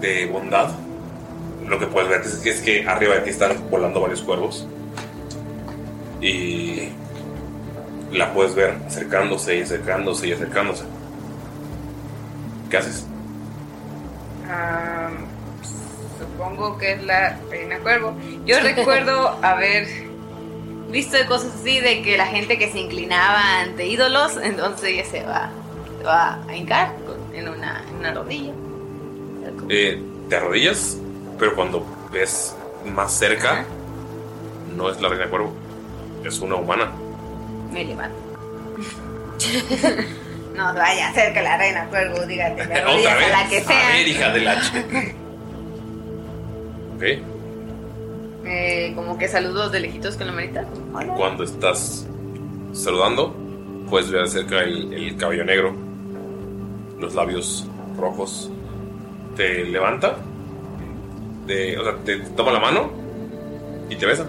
S1: de bondad. Lo que puedes ver es que, es que arriba de ti están volando varios cuervos. Y la puedes ver acercándose y acercándose y acercándose. ¿Qué haces?
S3: Ah, supongo que es la reina cuervo. Yo recuerdo haber visto cosas así de que la gente que se inclinaba ante ídolos, entonces ella se va, se va a hincar con- en una, en una rodilla.
S1: Eh, te arrodillas, pero cuando ves más cerca, no es la reina cuervo, es una humana.
S3: Me levanto. no vaya a ser que la reina cuervo diga que me
S1: Otra
S3: arrodillas
S1: vez.
S3: a la que
S1: A
S3: sea.
S1: ver, hija de la ch- Ok,
S3: Eh, como que saludos de lejitos con la manita. Hola.
S1: cuando estás saludando, puedes ver cerca el, el cabello negro, los labios rojos. Te levanta, te- o sea, te toma la mano y te besa.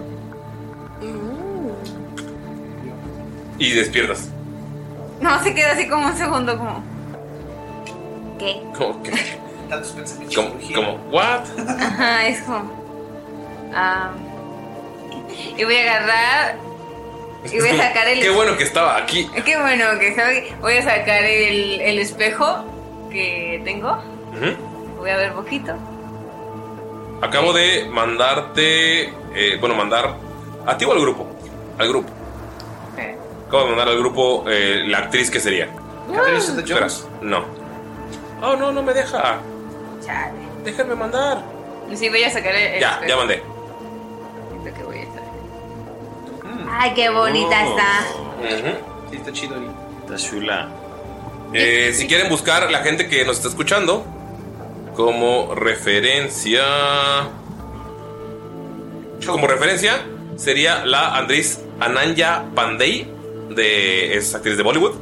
S1: Y despiertas.
S3: No, se queda así como un segundo, como.
S9: ¿Qué?
S1: Como que-
S2: tantos pensamientos.
S1: Como, como, ¿what?
S3: Ajá, es como. ah, y voy a agarrar. Y voy a sacar el.
S1: Qué bueno que estaba aquí.
S3: Qué bueno que sabe- Voy a sacar el, el espejo que tengo.
S1: Ujú.
S3: Voy a ver poquito.
S1: Acabo de mandarte. eh, bueno, mandar a ti o al grupo. Al grupo. Acabo de mandar al grupo eh, la actriz que sería. Espera, no. Oh, no, no me deja.
S3: Chale.
S1: Déjenme mandar.
S3: Sí, voy a sacar el. el
S1: Ya, ya
S3: espejo.
S1: mandé.
S3: Lo que voy a sacar. Ay, qué bonita está.
S2: Sí, está chido ahí.
S1: Oh. Está chula. Eh, si quieren buscar la gente que nos está escuchando como referencia. Como referencia sería la Andrés Ananya Pandey, de, es actriz de Bollywood.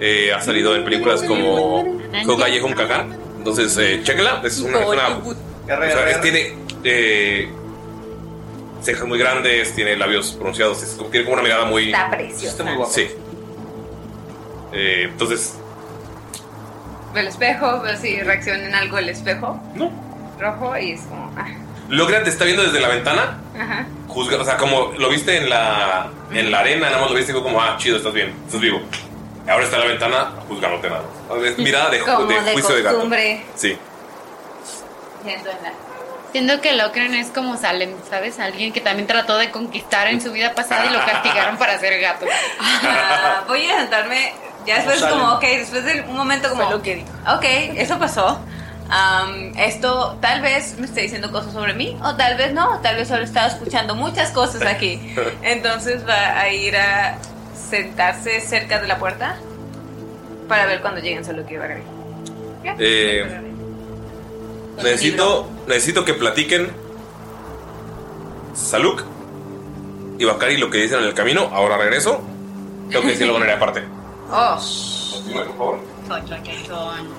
S1: Eh, ha salido en películas
S3: Mm.
S1: como Kogaye Home Kagar. Entonces, eh, chéquenla. Es una. es una-
S10: Bollywood.
S1: o sea, es- tiene eh, cejas muy grandes, tiene labios pronunciados. es como- tiene como una mirada muy.
S3: Está preciosa.
S1: Sí. Eh, entonces,
S3: Veo el espejo, veo si reacciona en algo el espejo. No. Rojo y es como. ah,
S1: Logra te está viendo desde la ventana,
S3: ajá.
S1: juzga, o sea, como lo viste en la, en la arena, nada más lo viste y fue como, ah, chido, estás bien, estás vivo. Ahora está en la ventana juzgándote nada más. Es mirada de, ju-
S3: Como
S1: de
S3: de
S1: juicio de gato.
S4: costumbre.
S1: Sí.
S4: Siento que Locren es como Salem, ¿sabes? Alguien que también trató de conquistar en su vida pasada y lo castigaron para ser gato.
S3: Ah, voy a sentarme. Ya después
S4: Como
S3: como, ok,
S4: salen.
S3: después de un momento como... Ok, eso pasó. Am, esto tal vez me esté diciendo cosas sobre mí o tal vez no, tal vez solo estaba escuchando muchas cosas aquí. Entonces va a ir a sentarse cerca de la puerta para ver cuando lleguen, solo que va a agregar.
S1: Eh, necesito, necesito que platiquen Saluk y Bakari lo que dicen en el camino. Ahora regreso. Tengo que decirlo de manera aparte.
S3: Oh.
S4: oh.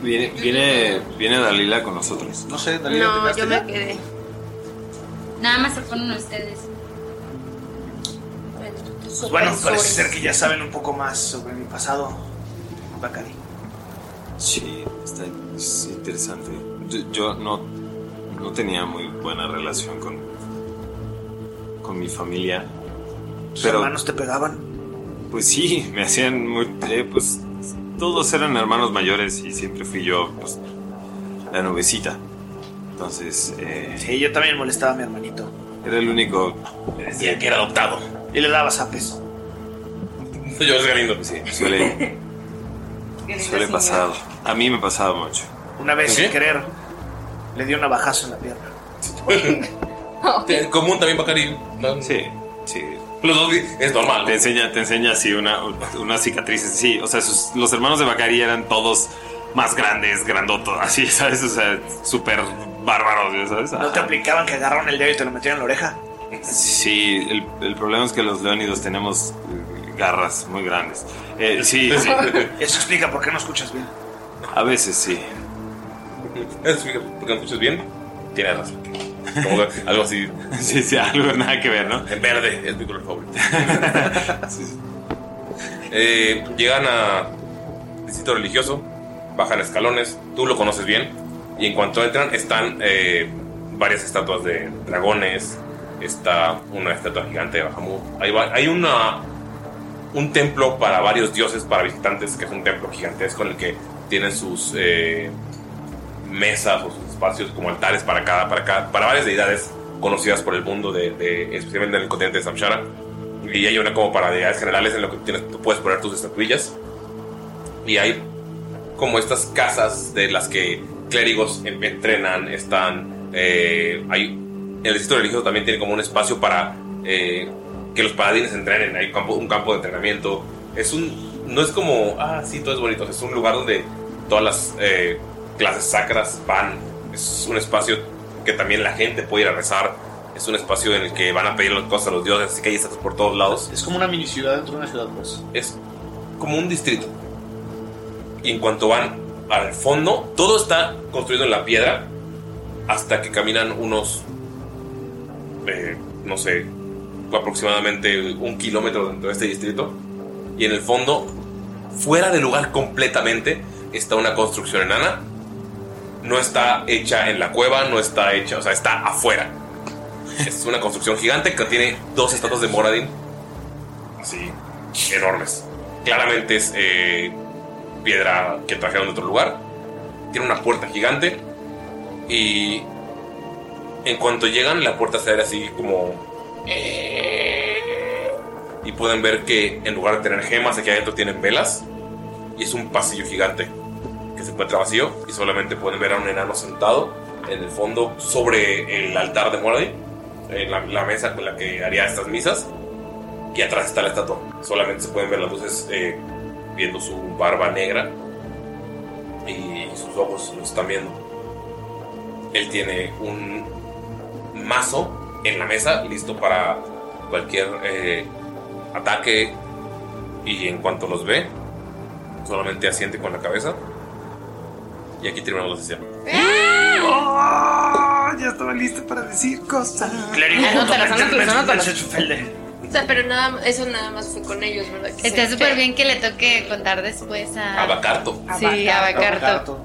S7: Viene, viene, viene Dalila con nosotros.
S2: No sé,
S4: No, yo me quedé. Nada más se ponen ustedes.
S2: Pues bueno, parece ser que ya saben un poco más sobre mi pasado, Bacari.
S7: Sí, está es interesante. Yo, yo no, no tenía muy buena relación con, con mi familia.
S2: ¿Tus
S7: Pero
S2: hermanos te pegaban?
S7: pues sí, me hacían muy... eh, pues todos eran hermanos mayores y siempre fui yo pues, la nubecita. Entonces... eh,
S2: Sí, yo también molestaba a mi hermanito.
S7: Era el único.
S1: Decía que era adoptado.
S2: Y le daba zapes.
S1: Soy yo, es Galindo.
S7: pues Sí, suele, suele pasar. ¿eh? A mí me pasaba mucho.
S2: Una vez
S7: ¿Qué?
S2: sin querer, le dio un navajazo en la pierna.
S1: Te- Común también Bakari.
S7: Sí, sí.
S1: Los dos es normal.
S7: Te enseña, te enseña así una, una cicatriz. Sí, o sea, sus- los hermanos de Bacari eran todos más grandes, grandotos, así, ¿sabes? O sea, súper bárbaros, ya ¿sabes?
S2: ¿No te
S7: Ajá.
S2: aplicaban que agarraron el dedo y te lo metieron en la oreja?
S7: Sí, el, el problema es que los leónidos tenemos eh, garras muy grandes. Eh, sí, sí.
S2: Eso explica por qué no escuchas bien.
S7: A veces sí.
S1: Porque no escuchas bien, tienes razón. Como que algo así.
S7: Sí, sí, algo nada que ver, ¿no?
S1: En verde es mi color favorito. Eh, llegan a distrito religioso, bajan escalones, tú lo conoces bien, y en cuanto entran están eh, varias estatuas de dragones, está una estatua gigante de Bahamut, hay, va- hay una, un templo para varios dioses, para visitantes, que es un templo gigantesco en el que tienen sus eh, mesas o sus espacios como altares para cada, para cada, para varias deidades conocidas por el mundo, de, de- especialmente en el continente de Samshara. Y hay una como para deidades generales en lo que tienes, tú puedes poner tus estatuillas. Y hay como estas casas de las que clérigos en- entrenan, están. eh, hay, el distrito religioso también tiene como un espacio para eh, que los paladines entrenen. Hay un campo, un campo de entrenamiento. Es un. No es como. Ah, sí, todo es bonito. Es un lugar donde todas las eh, clases sacras van. Es un espacio que también la gente puede ir a rezar. Es un espacio en el que van a pedir las cosas a los dioses. Así que hay estatuas por todos lados.
S10: Es como una mini ciudad dentro de una ciudad, pues.
S1: Es como un distrito. Y en cuanto van al fondo, todo está construido en la piedra hasta que caminan unos, eh, no sé, aproximadamente un kilómetro dentro de este distrito. Y en el fondo, fuera de lugar completamente, está una construcción enana no está hecha en la cueva, no está hecha, o sea, está afuera. Es una construcción gigante que tiene dos estatuas de Moradin. Así, enormes. Claramente es eh, piedra que trajeron de otro lugar. Tiene una puerta gigante. Y en cuanto llegan, la puerta se abre así como... eh, Y pueden ver que en lugar de tener gemas, aquí adentro tienen velas. Y es un pasillo gigante que se encuentra vacío y solamente pueden ver a un enano sentado en el fondo sobre el altar de Moradin, en la, la mesa con la que haría estas misas, y atrás está la estatua. Solamente se pueden ver las luces eh, viendo su barba negra y sus ojos los están viendo. Él tiene un mazo en la mesa listo para cualquier eh, ataque y en cuanto los ve, solamente asiente con la cabeza. Y aquí terminamos la sesión.
S7: ¡Ah! ya estaba lista para decir cosas.
S3: Anótalas, anótalas, anótalas.
S6: O sea, pero nada, eso nada más fue con ellos, ¿verdad? Que
S4: Está
S6: se-
S4: súper bien que le toque contar después a...
S1: Abacarto.
S4: Sí, a Bacarto.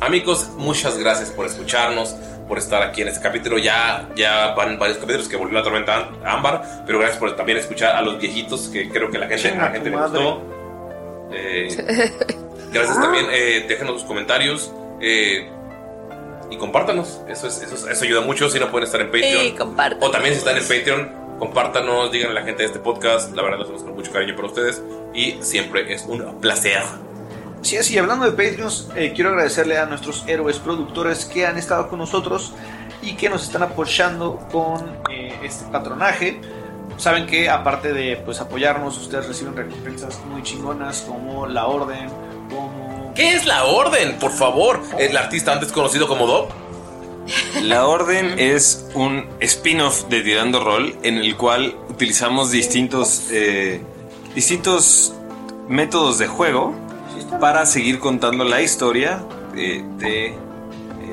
S1: Amigos, muchas gracias por escucharnos, por estar aquí en este capítulo. Ya, ya van varios capítulos que volvió la tormenta ámbar, pero gracias por también escuchar a los viejitos, que creo que la gente,
S7: Chinga
S1: a la gente
S7: tu
S1: le
S7: madre. Ah.
S1: gustó. Eh, gracias también, eh, déjenos sus comentarios eh, y compártanos. Eso, es, eso, es- eso ayuda mucho si no pueden estar en Patreon.
S3: Sí, compartan.
S1: O también si están en Patreon, compártanos, díganle a la gente de este podcast. La verdad, lo hacemos con mucho cariño para ustedes y siempre es un placer.
S2: Sí, es, y hablando de Patreons, eh, quiero agradecerle a nuestros héroes productores que han estado con nosotros y que nos están apoyando con eh, este patronaje. Saben que aparte de pues, apoyarnos, ustedes reciben recompensas muy chingonas como la orden,
S1: ¿Qué es la orden? Por favor, el artista antes conocido como Dob.
S7: La Orden es un spin-off de Tirando Roll en el cual utilizamos distintos, eh, distintos métodos de juego para seguir contando la historia eh, de eh,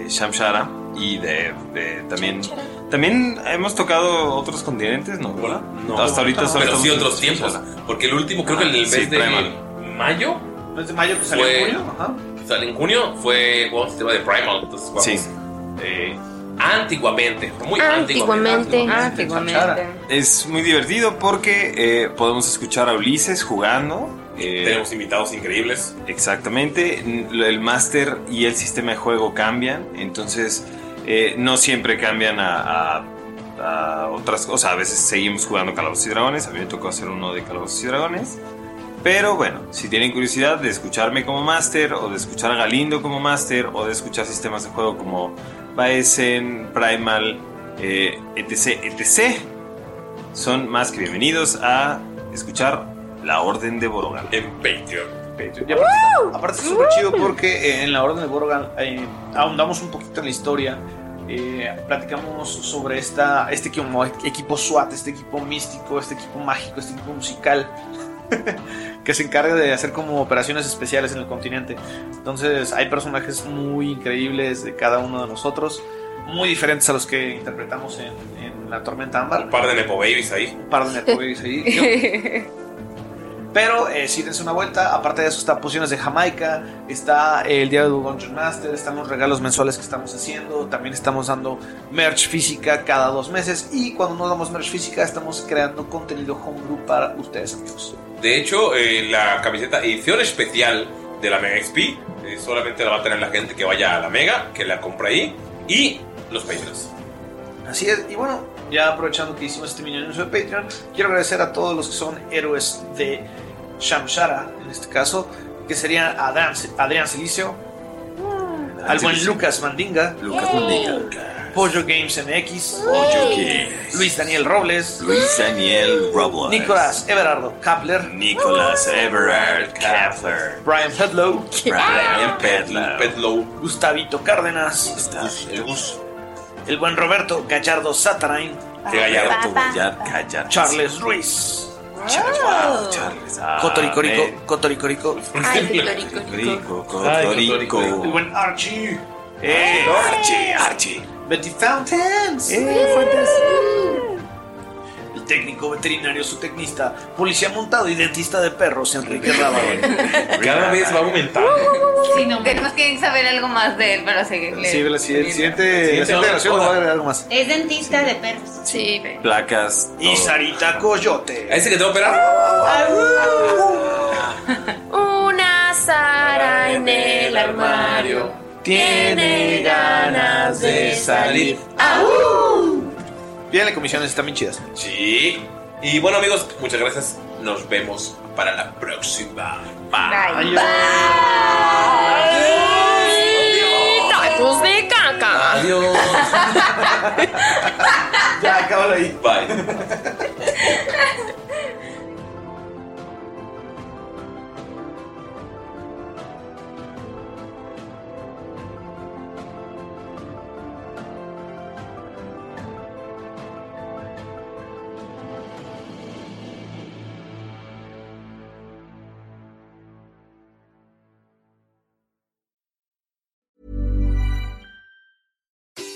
S7: Shamshara y de, de también... También hemos tocado otros continentes, ¿no? ¿Verdad? hasta ahorita solo
S1: Pero sí
S7: estamos-
S1: otros tiempos. Porque el último, creo que el del mes
S7: Ah, Sí,
S1: de
S7: Primal.
S1: mayo.
S2: ¿Mes de mayo que
S1: salió
S2: en
S1: junio? en junio fue jugamos el tema de Primal. Entonces jugamos
S7: Sí. Ah,
S1: eh, antiguamente. Muy antiguamente.
S3: Ah, Antiguamente.
S7: Es muy divertido porque eh, podemos escuchar a Ulises jugando. eh,
S1: Tenemos invitados increíbles.
S7: Exactamente. N- El máster y el sistema de juego cambian. Entonces, eh, no siempre cambian a, a- a otras cosas. A veces seguimos jugando Calabozos y Dragones. A mí me tocó hacer uno de Calabozos y Dragones. Pero bueno, si tienen curiosidad de escucharme como máster, o de escuchar a Galindo como máster, o de escuchar sistemas de juego como Baesen, Primal, eh, etc, etc, son más que bienvenidos a escuchar La Orden de Borogal.
S1: En Patreon.
S2: Y aparte, aparte es súper chido porque eh, en la Orden de Borgan eh, ahondamos un poquito en la historia. eh, platicamos sobre esta, este como equipo SWAT, este equipo místico, este equipo mágico, este equipo musical que se encarga de hacer como operaciones especiales en el continente. Entonces hay personajes muy increíbles de cada uno de nosotros, muy diferentes a los que interpretamos en, en La Tormenta Ámbar. Un
S1: par de Nepo Babies ahí.
S2: Un par de Nepo Babies ahí. Yo- pero eh, sí dense una vuelta. Aparte de eso, está Pociones de Jamaica, está eh, el diario de Dungeon Master, están los regalos mensuales que estamos haciendo. También estamos dando merch física cada dos meses. Y cuando no damos merch física, estamos creando contenido homebrew para ustedes, amigos.
S1: De hecho, eh, la camiseta edición especial de la Mega XP eh, solamente la va a tener la gente que vaya a la Mega, que la compra ahí, y los Patreons.
S2: Así es. Y bueno, ya aprovechando que hicimos este mini anuncio de Patreon, quiero agradecer a todos los que son héroes de Shamshara, en este caso, que serían Adán- Adrián Silicio, al buen Lucas Mandinga.
S7: Lucas Mandinga.
S2: Pollo Games MX.
S7: Games.
S2: Luis Daniel Robles.
S7: Luis Daniel Robles.
S2: Nicolás Everardo Kapler.
S7: Nicolás Everard Kapler.
S2: Brian Pedlow.
S7: Brian Pedlow.
S2: Gustavito Cárdenas. El buen Roberto Gallardo Satarain.
S7: Que Gallardo, Gallardo, Gallardo.
S2: Charles Ruiz.
S7: Wow, Charles. ah,
S2: Cotoricorico,
S7: man.
S2: Cotoricorico.
S7: Ay, Cotoricorico. Cotoricorico.
S2: El buen Archie.
S7: Eh, Archie,
S2: Betty Fountains.
S7: Eh, Fuentes.
S2: El técnico veterinario, su tecnista, policía montado y dentista de perros, Enrique Rábago.
S1: Cada vez va aumentando.
S16: Sí, no, tenemos que saber algo más de él para seguirle.
S2: Sí, la siguiente, siguiente, la
S7: Siguiente
S2: siguiente relación
S7: boda.
S2: va a agregar algo más.
S16: Es dentista de perros. Sí, pero.
S7: Placas.
S2: Y Sarita Coyote.
S1: ¿A ese que tengo que operar?
S6: Una Sara en el armario tiene ganas de
S1: salir.
S2: Pídanle comisiones, están bien chidas.
S1: Sí. Y bueno, amigos, muchas gracias. Nos vemos para la próxima.
S6: Bye.
S24: Tacos de caca.
S1: Adiós.
S2: ya, acábalo ahí.
S1: Bye.